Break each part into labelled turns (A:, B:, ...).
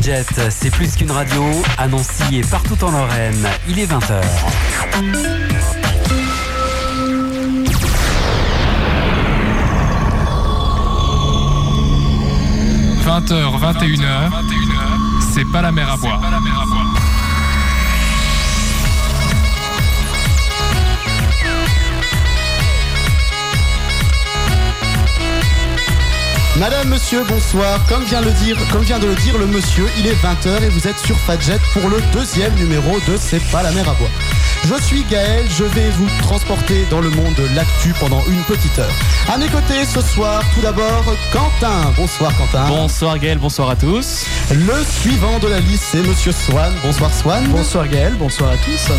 A: Jet, c'est plus qu'une radio, à Nancy et partout en Lorraine. Il est 20h.
B: – 20h, 21h, c'est pas la mer à boire.
C: Madame, monsieur, bonsoir. Comme vient, le dire, comme vient de le dire le monsieur, il est 20h et vous êtes sur Fadjet pour le deuxième numéro de C'est pas la mer à boire. Je suis Gaël, je vais vous transporter dans le monde de l'actu pendant une petite heure. À mes côtés ce soir, tout d'abord, Quentin. Bonsoir Quentin.
D: Bonsoir Gaël, bonsoir à tous.
C: Le suivant de la liste, c'est Monsieur Swan. Bonsoir Swan.
E: Bonsoir Gaël, bonsoir à tous.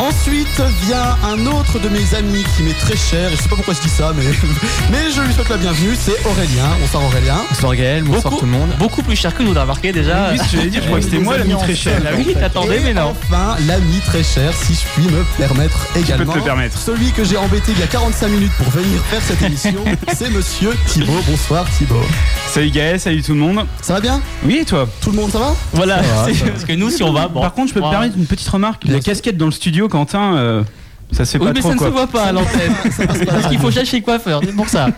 C: Ensuite vient un autre de mes amis qui m'est très cher, et je sais pas pourquoi je dis ça, mais, mais je lui souhaite la bienvenue, c'est Aurélien. Bonsoir Aurélien.
D: Bonsoir Gaël, bonsoir
C: Beaucoup-
D: tout le monde. Beaucoup plus cher que nous, t'as remarqué déjà.
E: Oui, oui, je l'ai dit, je crois que c'était moi, l'ami très cher.
D: Ah oui, t'attendais,
C: Et
D: mais non.
C: enfin, l'ami très cher, si je puis me permettre également.
F: te le permettre.
C: Celui que j'ai embêté il y a 45 minutes pour venir faire cette émission, c'est monsieur Thibaut. Bonsoir Thibaut.
F: Salut Gaël, salut tout le monde.
C: Ça va bien
F: Oui, et toi
C: Tout le monde, ça va
D: Voilà, c'est- parce que nous, si on va. Ah, bon,
F: Par contre, je peux
D: on
F: me
D: va-
F: permettre une petite remarque. La casquette dans le studio, Quentin, euh, ça se fait
D: Oui,
F: pas
D: mais
F: trop
D: ça ne
F: quoi.
D: se voit pas à l'antenne. Parce qu'il faut chercher le coiffeur, c'est pour ça.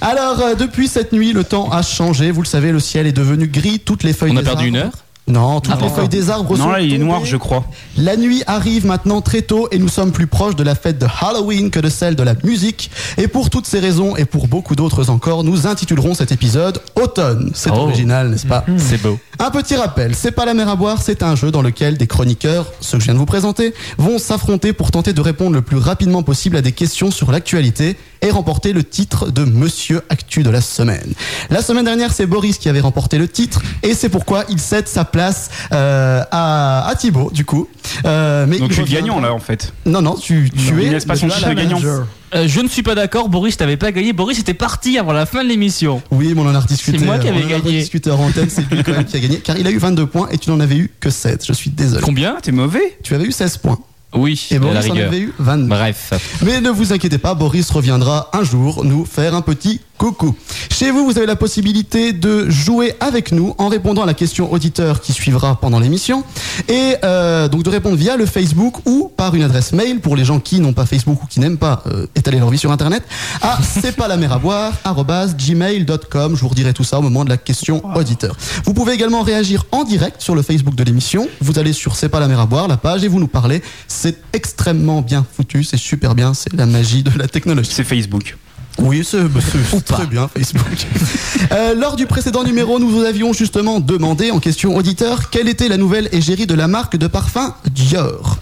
C: Alors, euh, depuis cette nuit, le temps a changé. Vous le savez, le ciel est devenu gris. Toutes les feuilles
D: On a
C: des
D: perdu
C: arbres-
D: une heure.
C: Non, toutes
D: Ah,
C: les
D: d'accord.
C: feuilles des arbres sont
F: non, là, il est
C: tombées.
F: noir, je crois.
C: La nuit arrive maintenant très tôt et nous sommes plus proches de la fête de Halloween que de celle de la musique. Et pour toutes ces raisons et pour beaucoup d'autres encore, nous intitulerons cet épisode Automne. C'est
D: Oh.
C: original, n'est-ce pas
D: C'est beau.
C: Un petit rappel, c'est pas la mer à boire, c'est un jeu dans lequel des chroniqueurs, ceux que je viens de vous présenter, vont s'affronter pour tenter de répondre le plus rapidement possible à des questions sur l'actualité et remporter le titre de Monsieur Actu de la semaine. La semaine dernière, c'est Boris qui avait remporté le titre et c'est pourquoi il cède sa place euh, à, à Thibaut, du coup. Euh, mais il
F: Donc je suis
C: revient-
F: gagnant là en fait.
C: Non, non, tu, tu
F: Non,
C: es.
F: il laisse pas son
C: le
F: titre gagnant.
C: manager.
D: Euh, je ne suis pas d'accord, Boris, t'avais pas gagné. Boris était parti avant la fin de l'émission.
C: Oui, mais on en a rediscuté.
D: C'est moi qui
C: euh,
D: avais
C: on en a
D: gagné.
C: rediscuté hors antenne, c'est lui quand même qui a gagné car il a eu 22 points et tu n'en avais eu que 7. Je suis désolé.
D: Combien
F: Ah, t'es mauvais
C: Tu avais eu 16 points.
D: Oui,
C: Et
D: à la
C: Boris en
D: rigueur.
C: avait eu 22.
D: Bref.
C: Mais ne vous inquiétez pas, Boris reviendra un jour nous faire un petit coucou. Chez vous, vous avez la possibilité de jouer avec nous en répondant à la question auditeur qui suivra pendant l'émission. Et euh, donc de répondre via le Facebook ou par une adresse mail pour les gens qui n'ont pas Facebook ou qui n'aiment pas euh, étaler leur vie sur Internet à c'est pas la mer à boire arobase gmail.com. Je vous redirai tout ça au moment de la question auditeur. Vous pouvez également réagir en direct sur le Facebook de l'émission. Vous allez sur C'est pas la mer à boire, la page, et vous nous parlez. C'est extrêmement bien foutu, c'est super bien, c'est la magie de la technologie.
F: C'est Facebook.
C: Oui, c'est bah, c'est
D: pas.
C: très bien Facebook. Euh, lors du précédent numéro, nous vous avions justement demandé en question auditeur quelle était la nouvelle égérie de la marque de parfum Dior.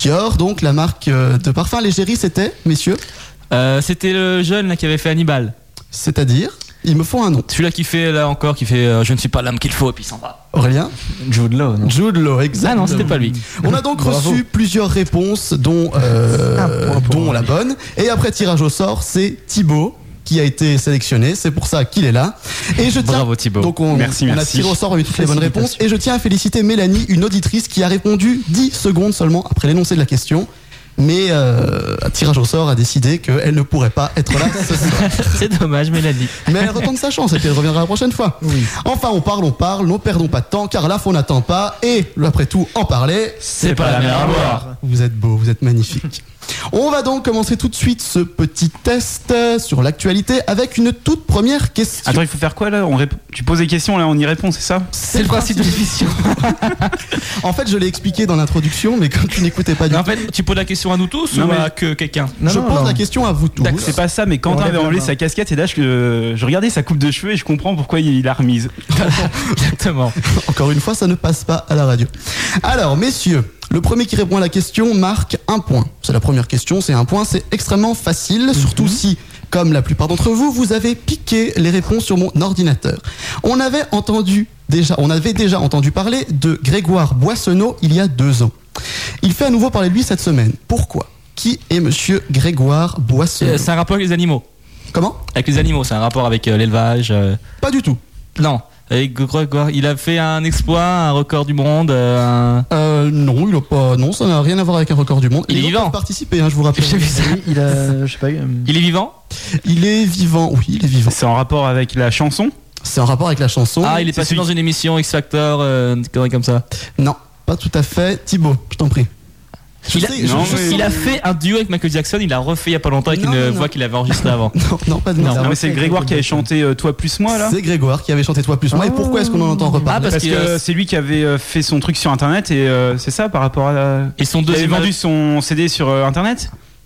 C: Dior, donc la marque euh, de parfum, l'égérie c'était, messieurs,
D: Euh, C'était le jeune là, qui avait fait Hannibal.
C: c'est-à-dire, il me faut un nom.
D: Celui-là qui fait, là encore, qui fait euh, Je ne suis pas l'âme qu'il faut, et puis il s'en va.
C: Aurélien
E: Jude Law, non
C: Jude Law,
D: Ah non, c'était pas lui.
C: On a donc
E: Bravo.
C: reçu plusieurs réponses, dont, euh,
E: Un point pour
C: dont
E: moi.
C: la bonne. Et après tirage au sort, c'est Thibaut qui a été sélectionné. C'est pour ça qu'il est là. Et je tiens.
D: Bravo, Thibaut.
C: Donc on,
F: Merci,
C: on a
F: merci.
C: tiré au sort parmi toutes les bonnes réponses.
E: Félicitations.
C: Et je tiens à féliciter Mélanie, une auditrice qui a répondu 10 secondes seulement après l'énoncé de la question. Mais euh, tirage au sort a décidé qu'elle ne pourrait pas être là ce soir.
D: C'est dommage, Mélanie.
C: Mais elle retente sa chance et puis elle reviendra la prochaine fois. Enfin, on parle, on parle, ne perdons pas de temps, car là, on n'attend pas. Et après tout, en parler,
D: C'est pas la mer à boire.
C: vous êtes beau, vous êtes magnifique. On va donc commencer tout de suite ce petit test euh, sur l'actualité avec une toute première question.
F: Attends, il faut faire quoi là On rép- Tu poses des questions là, on y répond, c'est ça
D: C'est le principe de l'émission.
C: En fait, je l'ai expliqué dans l'introduction, mais comme tu n'écoutais pas du
D: En
C: tout,
D: fait, tu poses la question à nous tous
F: Non,
D: ou
F: mais-
D: à que quelqu'un
E: Non,
C: je
E: non,
C: pose
E: non.
C: la question à vous tous.
D: D'accord.
F: C'est pas ça, mais
E: On
F: Quentin
E: lève
F: avait
E: la
F: enlevé
E: main.
F: sa casquette et là je, euh, je regardais sa coupe de cheveux et je comprends pourquoi il l'a remise.
D: Exactement.
C: Encore une fois, ça ne passe pas à la radio. Alors, messieurs, le premier qui répond à la question marque un point. C'est la première question, c'est un point, c'est extrêmement facile,
D: Mhm.
C: surtout si, comme la plupart d'entre vous, vous avez piqué les réponses sur mon ordinateur. On avait entendu déjà, on avait déjà entendu parler de Grégoire Boissonneau il y a deux ans. Il fait à nouveau parler de lui cette semaine. Pourquoi Qui est Monsieur Grégoire Boissonneau
D: C'est euh, c'est un rapport avec les animaux.
C: Comment
D: Avec les animaux, c'est un rapport avec euh, l'élevage. euh,
C: Pas du tout.
D: Non. Avec Grégoire, il a fait un exploit, un record du monde. euh, un-
C: Euh, non, il a pas. Non, ça n'a rien à voir avec un record du monde.
D: Il est
C: Les autres
D: vivant.
C: peuvent participer, hein, je vous rappelle.
D: J'ai vu ça.
E: Oui, il a, je sais pas, euh,
C: Mm.
D: Il est vivant
C: Il est vivant, oui, il est vivant.
F: C'est en rapport avec la chanson
C: C'est en rapport avec la chanson.
D: Ah, il est
F: C'est
D: passé
F: celui
D: dans une émission X Factor, euh, une connerie comme ça.
C: Non, pas tout à fait. Thibaut, je t'en prie. Je
D: Il a,
C: sais, je-
F: non,
C: je
F: mais-
C: sens-
D: il a fait un duo avec Michael Jackson, il l'a refait il y a pas longtemps avec
C: Non,
D: une
C: non, non.
D: voix qu'il avait enregistrée avant.
C: Non, non, pas de
D: Non,
C: hasard.
F: Non, mais c'est Grégoire qui avait chanté euh, Toi plus moi là.
C: C'est Grégoire qui avait chanté Toi plus moi. Et pourquoi est-ce qu'on en entend
D: Ah,
C: reparler
D: parce,
F: Parce
D: que.
F: que c'est lui qui avait euh, fait son truc sur internet et euh, c'est ça par rapport à.
D: et son
F: Il avait
D: deuxième,
F: vendu son CD sur euh, internet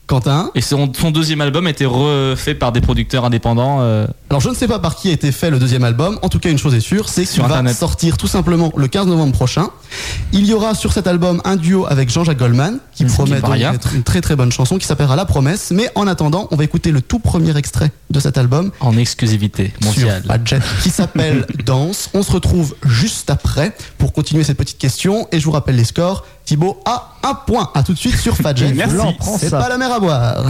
C: Quentin
D: et son, son deuxième album a été refait par des producteurs indépendants. euh,
C: Alors je ne sais pas par qui a été fait le deuxième album. En tout cas, une chose est sûre, c'est qu'il
D: Sur
C: va
D: Internet.
C: sortir tout simplement le 15 novembre prochain. Il y aura sur cet album un duo avec Jean-Jacques Goldman qui
D: Mmh.
C: promet
D: Qui
C: donc
D: paria.
C: d'être une très très bonne chanson qui s'appellera La Promesse. Mais en attendant, on va écouter le tout premier extrait de cet album
D: en exclusivité mondiale.
C: sur Padgett, qui s'appelle Danse. On se retrouve juste après pour continuer cette petite question et je vous rappelle les scores. Thibaut a un point. À tout de suite sur Fadjet.
F: Merci.
E: Blanc, prends
C: C'est
E: ça.
C: pas la mer à boire.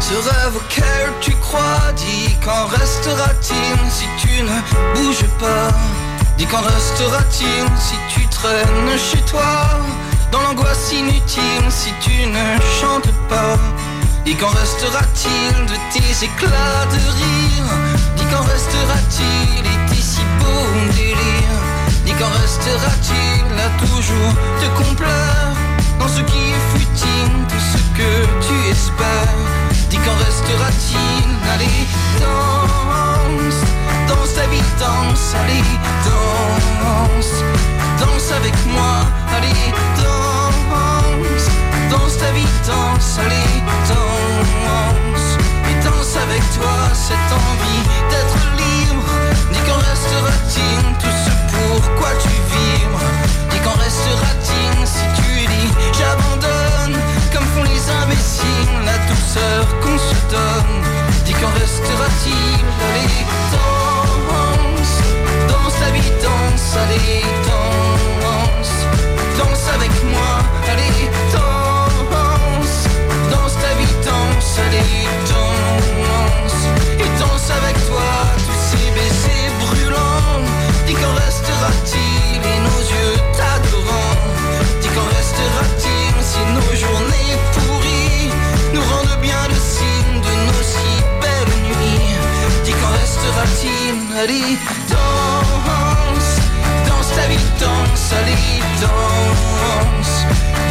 G: Ce rêve auquel tu crois, dis qu'en restera-t-il si tu ne bouges pas Dis qu'en restera-t-il si tu traînes chez toi Dans l'angoisse inutile si tu ne chantes pas Dis qu'en restera-t-il de tes éclats de rire Dis qu'en restera-t-il et tes si beaux délires Dis qu'en restera-t-il à toujours te complaire Dans ce qui est futile, tout ce que tu espères Dis qu'en restera-t-il Allez, danse Danse ta vie, danse, allez, danse Danse avec moi, allez, danse Danse ta vie, danse, allez, danse Et danse avec toi cette envie d'être libre Dis qu'en restera-t-il tout ce pourquoi tu vibres Dis qu'en restera-t-il si tu dis j'abandonne Comme font les imbéciles la douceur qu'on se donne Dis qu'en restera-t-il Allez, danse Danse la vie, danse, allez, danse Danse avec moi, allez, danse Danse ta vie, danse, allez, danse Et danse avec toi, tous ces baisers brûlants Dis qu'en restera-t-il et nos yeux t'adorant Dis qu'en restera-t-il si nos journées pourries Nous rendent bien le signe de nos si belles nuits Dis qu'en restera-t-il Allez, danse Danse ta vie, danse, allez, danse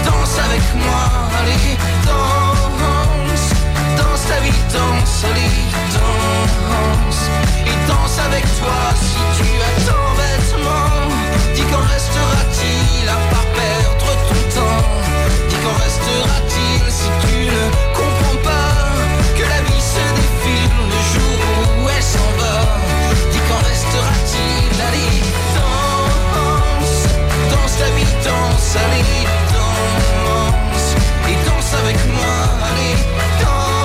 G: Danse avec moi, allez, danse Danse ta vie, danse, allez, danse Et danse avec toi si tu as ton vêtement Dis qu'en restera-t-il à part perdre ton temps Dis qu'en restera-t-il si tu ne comprends pas Que la vie se défile le jour où elle s'en va Dis qu'en restera-t-il Allez, danse Danse la vie, danse, allez, danse Et danse avec moi, allez, danse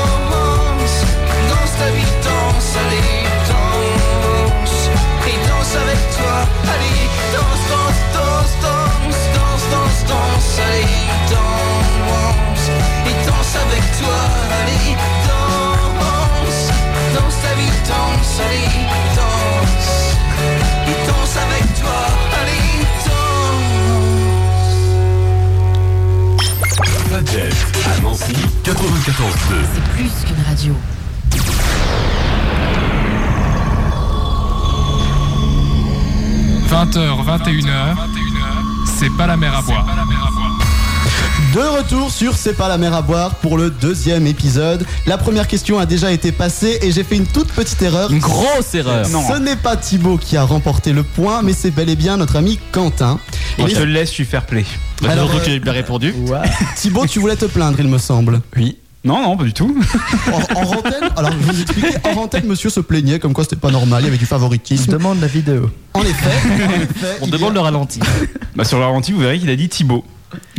G: Danse ta vie, danse, allez, danse Et danse avec toi, allez, danse, danse, danse, danse Danse, danse, danse, allez, danse Et danse avec toi, allez, danse Danse ta vie, danse, allez, danse Et danse avec toi, allez, danse
H: Fadjet à Nancy 94.2.
I: Plus qu'une radio.
B: h 21h, c'est pas la mer à boire.
C: De retour sur C'est pas la mer à boire pour le deuxième épisode. La première question a déjà été passée et j'ai fait une toute petite erreur.
D: Une grosse erreur.
F: Non.
C: Ce n'est pas Thibaut qui a remporté le point, mais c'est bel et bien notre ami Quentin.
F: Moi, Je te laisse, je suis fair play.
D: Bah,
C: Alors,
D: surtout
C: euh,
D: que j'ai bien répondu.
C: Thibaut, tu voulais te plaindre, il me semble.
F: Oui. Non, non, pas du tout.
C: En, en antenne, alors je vais vous expliquer, en antenne, monsieur se plaignait comme quoi c'était pas normal, il y avait du
E: Il
C: favoritisme.
E: demande la vidéo.
C: En effet, en effet,
D: On
C: il y a-
D: demande le ralenti.
F: Bah, sur le ralenti, vous verrez qu'il a dit Thibaut.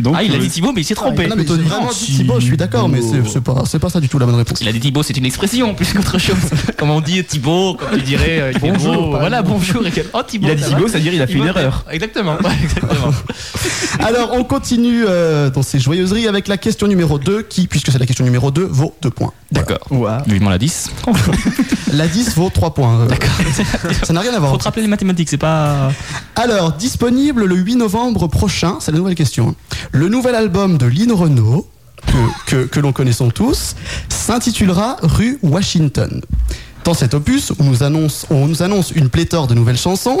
F: Donc,
D: Ah, il a
F: euh,
D: dit Thibaut, mais il s'est trompé.
C: Non, mais t'as vraiment dit Thibaut, je suis d'accord, mais c'est c'est pas, c'est pas ça du tout la bonne réponse.
D: Il a dit Thibaut, c'est une expression plus qu'autre chose. comme on dit Thibaut, comme tu dirais euh, il est
E: Bonjour,
D: beau,
E: par
D: voilà,
E: exemple.
D: bonjour. Et quel- Oh, Thibaut,
F: il a
D: ça
F: dit
D: va
F: Thibaut, c'est-à-dire il a fait
D: Thibaut,
F: une
D: t'es-
F: erreur.
D: Exactement, ouais, exactement.
C: Alors, on continue euh, dans ces joyeuseries avec la question numéro 2, qui, puisque c'est la question numéro 2, vaut 2 points.
D: D'accord.
E: Ouah.
D: Vivement la 10.
C: La 10 vaut 3 points. euh,
D: D'accord.
C: Ça n'a rien à voir.
D: Faut te rappeler les mathématiques, c'est pas.
C: Alors, disponible le 8 novembre prochain, c'est la nouvelle question. hein. Le nouvel album de Lino Renault que, que, que l'on connaissons tous, s'intitulera Rue Washington. Dans cet opus, on nous annonce, on nous annonce une pléthore de nouvelles chansons.
E: Non,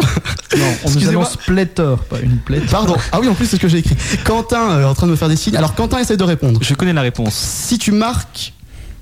E: on nous
C: Excusez-moi.
E: annonce pléthore, pas une pléthore.
C: Pardon. Ah oui, en plus, c'est ce que j'ai écrit. Quentin euh, est en train de me faire des signes. Alors, Quentin essaie de répondre.
D: Je connais la réponse.
C: Si tu marques.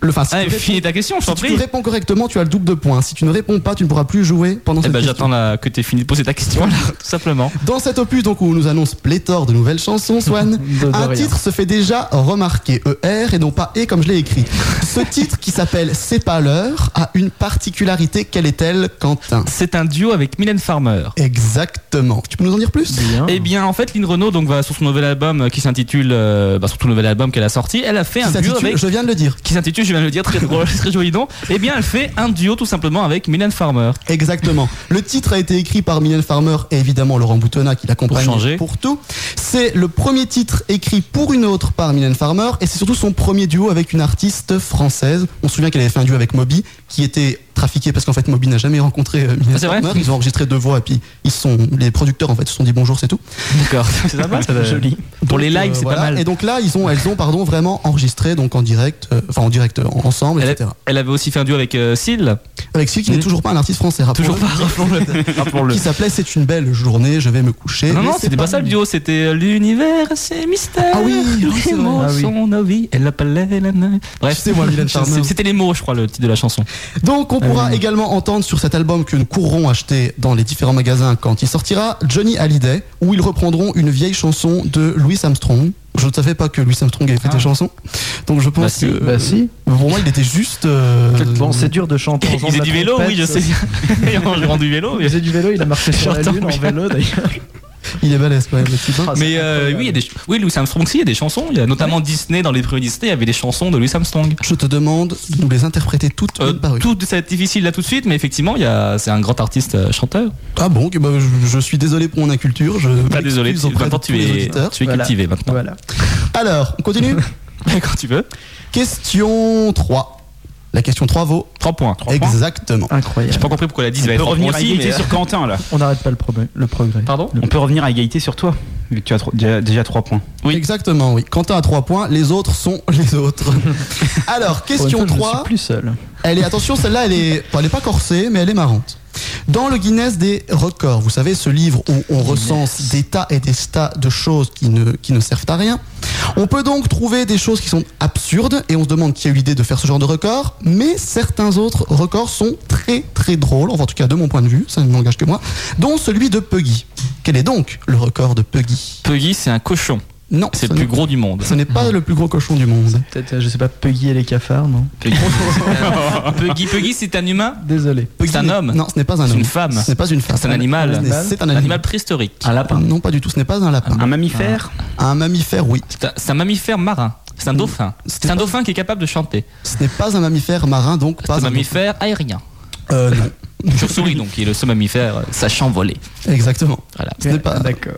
C: Le, enfin, si
D: Ah,
C: tu
D: mais
C: réponds-
D: finis ta question, je
C: si
D: t'en
C: tu réponds,
D: prie.
C: correctement, tu as le double de points. Si tu ne réponds pas, tu ne pourras plus jouer pendant
D: Eh
C: cette
D: ben,
C: question.
D: j'attends la- que t'aies fini de poser ta question, là, tout simplement.
C: Dans cet opus, donc, où on nous annonce pléthore de nouvelles chansons, Swan,
E: De- de
C: un
E: rien.
C: titre se fait déjà remarquer, ER et non pas E comme je l'ai écrit. Ce titre, qui s'appelle C'est pas l'heure, a une particularité. Quelle est-elle, Quentin
D: C'est un duo avec Mylène Farmer.
C: Exactement. Tu peux nous en dire plus
E: Bien.
D: Eh bien, en fait, Lynn Renault, donc, va sur son nouvel album euh, qui s'intitule, euh, bah, sur tout nouvel album qu'elle a sorti, elle a fait
C: Qui
D: un duo
C: s'intitule
D: avec.
C: Je viens de le dire.
D: Qui s'intitule, je viens de le dire, très drôle, très joli nom. Eh bien, elle fait un duo tout simplement avec Mylène Farmer.
C: Exactement. Le titre a été écrit par Mylène Farmer et évidemment Laurent Boutonnat qui l'accompagne
D: Pour changer.
C: pour tout. C'est le premier titre écrit pour une autre par Mylène Farmer et c'est surtout son premier duo avec une artiste française. On se souvient qu'elle avait fait un duo avec Moby qui était trafiqué parce qu'en fait Moby n'a jamais rencontré euh, Mylène
D: Ah, c'est vrai
C: Farmer. Ils ont enregistré deux voix et puis ils se sont les producteurs en fait se sont dit bonjour c'est tout.
D: D'accord. C'est sympa, ça, joli. Pour les
C: Donc,
D: lives,
C: euh,
D: c'est
C: voilà.
D: pas mal.
C: Et donc là ils ont elles ont pardon vraiment enregistré donc en direct euh, enfin en direct euh, ensemble
D: Elle,
C: etc.
D: elle avait aussi fait un duo avec euh, Seal.
C: Avec celui qui n'est
D: Mhm.
C: toujours pas un artiste français. rappelons-le.
D: Toujours pas, rappelons-le.
F: Ah,
C: Qui s'appelait C'est une belle journée, je vais me coucher.
D: Non,
C: Mais
D: non,
C: c'est
D: c'était pas ça le duo, c'était euh, l'univers, c'est mystère.
C: Ah oui, ah oui, c'est
D: les
C: vrai.
D: mots
E: Ah oui.
D: sont nos vies, elle l'appelait la nuit. Bref,
C: Tu sais, moi, Mylène
D: je sais,
C: Farmer.
D: C'était les mots, je crois, le titre de la chanson.
C: Donc on
D: Euh.
C: pourra également entendre sur cet album que nous courrons acheter dans les différents magasins quand il sortira Johnny Hallyday où ils reprendront une vieille chanson de Louis Armstrong. Je ne savais pas que Louis Armstrong avait fait des chansons. Donc je pense
D: Ah. Bah si,
C: que
E: Bah si.
C: pour moi il était juste euh,
E: Bon, c'est dur de chanter. en
D: Il
E: faisant
D: faisait
E: de la
D: du vélo, oui,
E: trompette.
D: je sais. Et en jouant du vélo.
E: Il
D: Mais,
E: faisait du vélo, il a marché sur la
D: J'entends
E: lune en
D: bien.
E: vélo d'ailleurs.
C: il est balèze quand même le type. hein.
D: mais, euh, oui, il y a des... oui, Louis Armstrong, si, il y a des chansons. Il y a notamment Disney, dans les premiers Disney, il y avait des chansons de Louis Armstrong.
C: Je te demande de nous les interpréter toutes
D: Euh,
C: une par une.
D: tout, ça va être difficile là tout de suite, mais effectivement, il y a... c'est un grand artiste euh, chanteur.
C: Ah bon, que- bah, je, je suis désolé pour mon inculture. Je
D: Pas désolé,
C: m'excuse
D: tu...
C: auprès de
D: maintenant
C: tous
D: tu
C: les
D: es,
C: auditeurs.
D: tu es
E: Voilà.
D: cultivé maintenant.
E: Voilà.
C: Alors, on continue
D: Quand tu veux.
C: Question 3. La question 3 vaut
D: 3 points. Trois points.
C: exactement.
E: Incroyable.
D: J'ai pas compris pourquoi la 10 va
F: On
D: être
F: peut
D: trois points
F: revenir à
D: aussi.
F: égalité
D: mais-
F: sur Quentin là.
E: On n'arrête pas le, progrès- le progrès.
D: Pardon
F: On peut revenir à égalité sur toi, vu que tu as tro- déjà, déjà 3 points.
D: Oui.
C: Exactement, oui. Quentin a 3 points, les autres sont les autres. Alors,
E: Pour une
C: question
E: fois, je ne
C: 3.
E: suis plus seul.
C: Elle est, attention, celle-là, elle est, enfin, elle est pas corsée, mais elle est marrante. Dans le Guinness des records, vous savez, ce livre où on recense des tas et des tas de choses qui ne, qui ne servent à rien, on peut donc trouver des choses qui sont absurdes et on se demande qui a eu l'idée de faire ce genre de record, mais certains autres records sont très très drôles, enfin, en tout cas de mon point de vue, ça ne m'engage que moi, dont celui de Puggy. Quel est donc le record de Puggy
D: Puggy, c'est un cochon.
C: Non, ce
D: C'est le plus
C: n'est-
D: gros du monde.
C: Ce n'est pas le plus gros cochon du monde.
E: Peut-être, euh, je sais pas, Puggy et les cafards, non
D: Puggy, Puggy, c'est un humain
E: Désolé.
C: Puggy
D: C'est un
C: n'est-
D: homme
C: Non, ce n'est pas un homme.
D: C'est une femme
C: Ce n'est pas une femme.
D: C'est un animal
C: Ce n'est- C'est un
D: Un
C: animal.
D: animal préhistorique.
F: Un lapin.
C: Non, pas du tout, ce n'est pas un lapin.
F: Un mammifère
C: Un mammifère, oui.
D: C'est un- c'est un mammifère marin. C'est un dauphin.
C: Mm. C'était
D: C'est un
C: pas-
D: dauphin qui est capable de chanter.
C: Ce n'est pas un mammifère marin, donc
D: C'est
C: pas
D: un
C: un
D: mammifère aérien.
C: Euh, non.
D: Chauve-souris, donc, qui est le seul mammifère euh, sachant voler.
C: Exactement.
D: Voilà.
C: Ce n'est pas
E: D'accord.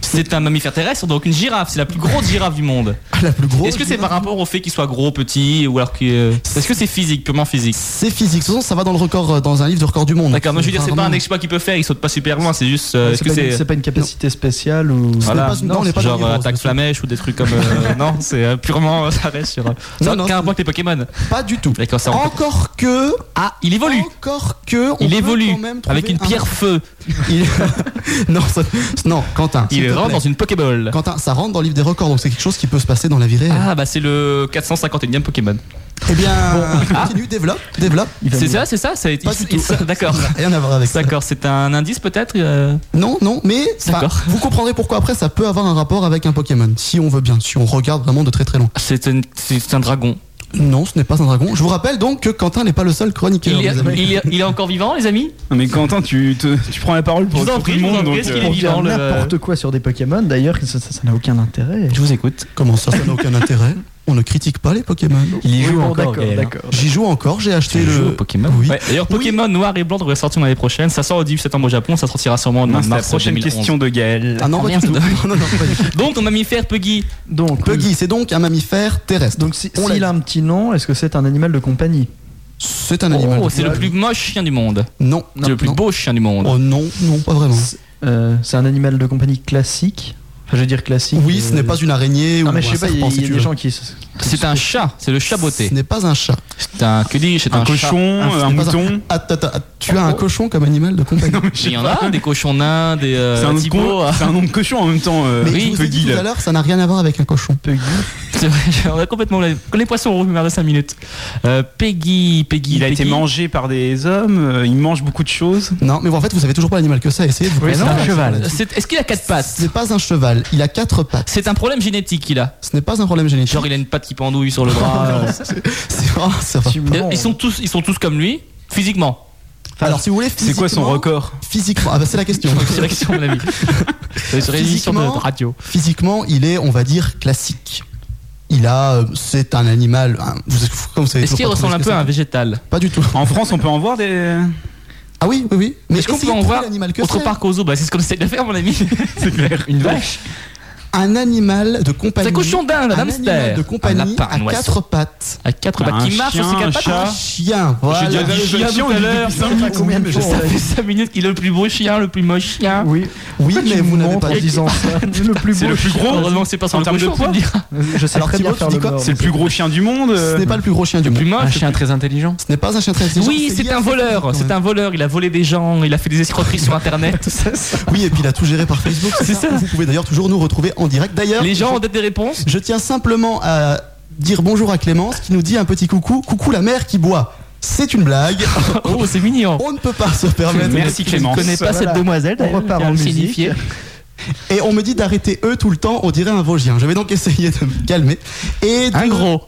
D: C'est un mammifère terrestre, donc une girafe. C'est la plus grosse girafe du monde.
C: la plus grosse.
D: Est-ce que c'est
C: girafe.
D: par rapport au fait qu'il soit gros, petit, ou alors que. euh, Est-ce que c'est physique, purement physique
C: C'est physique. De toute façon, ça va dans le record, euh, dans un livre de record du monde.
D: D'accord, mais je veux dire, c'est pas un
C: vraiment-
D: exploit qu'il peut faire, il saute pas super loin, c'est juste. euh, Est-ce
E: C'est
D: que
E: pas, une-
D: c'est.
E: c'est pas une capacité spéciale ou.
C: Ce n'est
D: Voilà.
C: pas- non, on n'est pas dans
D: Genre
C: les
D: euh,
C: roses,
D: attaque
C: monsieur.
D: flamèche ou des trucs comme. euh, non, c'est euh, purement. Ça reste sur.
C: Non,
D: Non,
C: non,
D: non,
C: c'est-
D: rapport avec les Pokémon.
C: Pas du tout.
D: D'accord, ça rentre-
C: Encore que.
D: Ah, il évolue
C: Encore que. on
D: Il
C: peut
D: évolue
C: quand même trouver
D: avec une
C: un-
D: pierre feu.
C: Il- non, ça- non, Quentin. s'il
D: Il
C: te
D: rentre
C: plaît.
D: dans une Pokéball.
C: Quentin, ça rentre dans le livre des records, donc c'est quelque chose qui peut se passer dans la vie réelle.
D: Ah bah c'est le 451e Pokémon.
C: Eh bien, continue, développe, développe.
D: C'est ça, c'est ça, ça
C: Pas du tout.
D: D'accord.
C: Rien à voir avec ça.
D: D'accord, c'est un indice peut-être euh,
C: Non, non, mais enfin,
D: D'accord.
C: vous comprendrez pourquoi après ça peut avoir un rapport avec un Pokémon, si on veut bien, si on regarde vraiment de très très loin.
D: C'est un, c'est un dragon.
C: Non, ce n'est pas un dragon. Je vous rappelle donc que Quentin n'est pas le seul chroniqueur.
D: Il est,
C: mes amis.
D: il est- il est encore vivant, les amis
F: Non mais Quentin, tu, te- tu prends la parole pour
D: Je vous en
F: pour
D: prie,
F: tout le
D: je vous en
F: monde.
D: prie,
F: donc,
D: est-ce
F: euh,
D: qu'il est
E: On
D: vivant, le-
E: vient n'importe quoi sur des Pokémon d'ailleurs, ça ça- ça n'a aucun intérêt.
D: vous écoute.
C: Comment ça, ça n'a aucun intérêt On ne critique pas les Pokémon.
D: Il y
E: Oui,
D: joue
E: bon,
D: encore.
E: D'accord,
D: Gaël, hein.
E: d'accord.
C: J'y joue encore, j'ai acheté
D: Il
C: le.
D: joue au Pokémon.
C: Oui.
D: Ouais, D'ailleurs, Pokémon noir et blanc devrait sortir l'année prochaine. Ça sort le 18 septembre au Japon, ça sortira sûrement en
F: mince,
D: mars
F: la prochaine
D: 2011.
F: question de Gaël.
C: Ah non, pas du
D: merde.
C: tout. Non, non, non, pas du tout.
D: Donc, ton mammifère Puggy,
E: Donc, oui.
C: Puggy, c'est donc un mammifère terrestre.
E: donc si-
C: On
E: s'il
C: l'a dit.
E: a un petit nom, est-ce que c'est un animal de compagnie
C: C'est un animal.
D: oh, c'est le plus moche chien du monde.
C: Non,
D: C'est le plus
C: non.
D: beau chien du monde.
C: Oh non, non, pas vraiment.
E: Euh, C'est un animal de compagnie classique Enfin, je veux dire classique.
C: Oui, ce
E: euh,
C: n'est pas une araignée
E: Non,
C: ou
E: mais je
C: un
E: sais pas, il y
C: serpent,
E: a-
C: si
E: il y,
C: tu
E: a des
C: veux.
E: gens qui. se-
D: C'est un chat, c'est le chat beauté.
C: Ce n'est pas un chat.
D: C'est un, que dis-je, c'est un,
F: Un
D: chat.
F: cochon,
C: Ah, c'est
F: un
C: pas ça.
F: mouton.
C: Attends, attends, attends, tu as
D: Oh.
C: un cochon comme animal de compagnie.
D: Il y en a, des cochons nains, des euh,
F: C'est un, nom de
D: Thibaut.
F: con- c'est un nom de cochon en même temps. euh,
C: Mais
D: oui,
C: je vous ai dit
F: Puggy,
C: tout
F: là.
C: à l'heure, ça n'a rien à voir avec un cochon.
D: C'est vrai, on a complètement oublié. Les poissons rouges, merde, 5 minutes. Euh, Peggy, Peggy.
F: Il a
D: Peggy.
F: été mangé par des hommes, euh, il mange beaucoup de choses.
C: Non, mais bon, en fait, vous savez toujours pas l'animal que c'est. Essayez de vous
E: Oui, c'est
C: penser.
E: un cheval.
D: Euh, C'est- Est-ce qu'il a quatre
C: Ce
D: pattes
C: n'est pas un cheval. Il a quatre pattes.
D: C'est un problème génétique qu'il a.
C: Ce n'est pas un problème génétique.
D: Genre, il a une patte qui pendouille sur le bras. euh.
C: C'est- oh, ça va.
E: Tu me
D: Euh,
E: rends-
D: ils, sont tous, ils sont tous comme lui, physiquement.
C: Alors, si vous voulez,
F: C'est quoi son
C: physiquement-
F: record
C: Physiquement, ah bah, c'est la question.
D: C'est la question, à mon avis. C'est sur une émission de
C: Physiquement-
D: radio.
C: Physiquement, il est, on va dire, classique. Il a, euh, c'est un animal. un- vous, comme vous savez
D: Est-ce
C: toujours
D: qu'il
C: pas
D: ressemble un
C: trouver ce
D: peu
C: que
D: à un
C: c'est.
D: végétal
C: Pas du tout.
F: En France, on peut en voir des.
C: Ah oui, oui, oui.
D: Est-ce qu'on
C: essayez
D: peut en
C: de trouver
D: voir
C: l'animal que
D: Autre
C: c'est
D: part qu'aux zoo, bah, c'est ce qu'on essaie de faire, mon ami.
F: C'est clair. Une vache
C: Un animal de compagnie.
D: C'est un cochon d'Inde, un
C: un animal
D: hamster.
C: de
D: un
C: compagnie
D: lapin,
C: à
D: un oiseau. Ah.
C: quatre pattes.
D: À quatre
F: Un
D: pattes. Qui marche sur ses
F: chien,
D: quatre
F: un
D: pattes
F: chat.
C: Chien,
F: J'ai
C: voilà.
F: dit un
D: Chien
F: chien
D: tout
F: on
D: à
F: dit
D: l'heure.
F: depuis cinq
E: Je sais pas
F: minutes.
E: combien de
C: je
E: temps,
D: Ça
E: ouais.
D: fait 5 minutes qu'il est le plus beau chien, le plus moche chien.
E: Oui,
C: Oui,
E: Pourquoi
C: mais
E: tu
C: vous
E: me
C: n'avez
E: montres
C: pas
E: en
C: dit.
E: disant ça. Le plus beau.
F: C'est le plus gros
D: Heureusement que c'est pas sur
F: En
D: le
F: termes de
D: cochon,
F: poids
D: tu me diras.
E: Je sais
C: Alors,
E: très
C: Thibaut,
E: bien
C: tu
E: faire
C: dis
E: le
C: quoi
E: mort.
F: C'est le plus gros chien du monde.
C: Ce
F: euh.
C: n'est pas le plus gros chien du
D: Plus
C: monde. Ah,
D: moche.
E: très intelligent.
C: Ce n'est pas un chien très intelligent.
D: Oui, c'est
C: lié
D: un
C: à-
D: voleur, c'est un voleur, il a volé des gens, il a fait des escroqueries sur internet, tout ça.
C: Oui, et puis il a tout géré par Facebook.
D: C'est
C: C'est ça.
D: ça.
C: Vous pouvez d'ailleurs toujours nous retrouver en direct. D'ailleurs,
D: Les gens ont des réponses
C: Je tiens simplement à dire bonjour à Clémence qui nous dit un petit coucou. Coucou la mère qui boit. C'est une blague.
D: Oh, c'est mignon.
C: On ne peut pas se permettre.
F: Merci Clémence.
D: Je ne connais pas
E: Voilà.
D: cette demoiselle,
E: On
D: d'ailleurs,
E: repart
D: elle
E: en
D: me
E: musique.
D: signifiait.
C: Et on me dit d'arrêter eux tout le temps. On dirait un Vosgien. Je vais donc essayer de me calmer. Et de-
D: Un gros.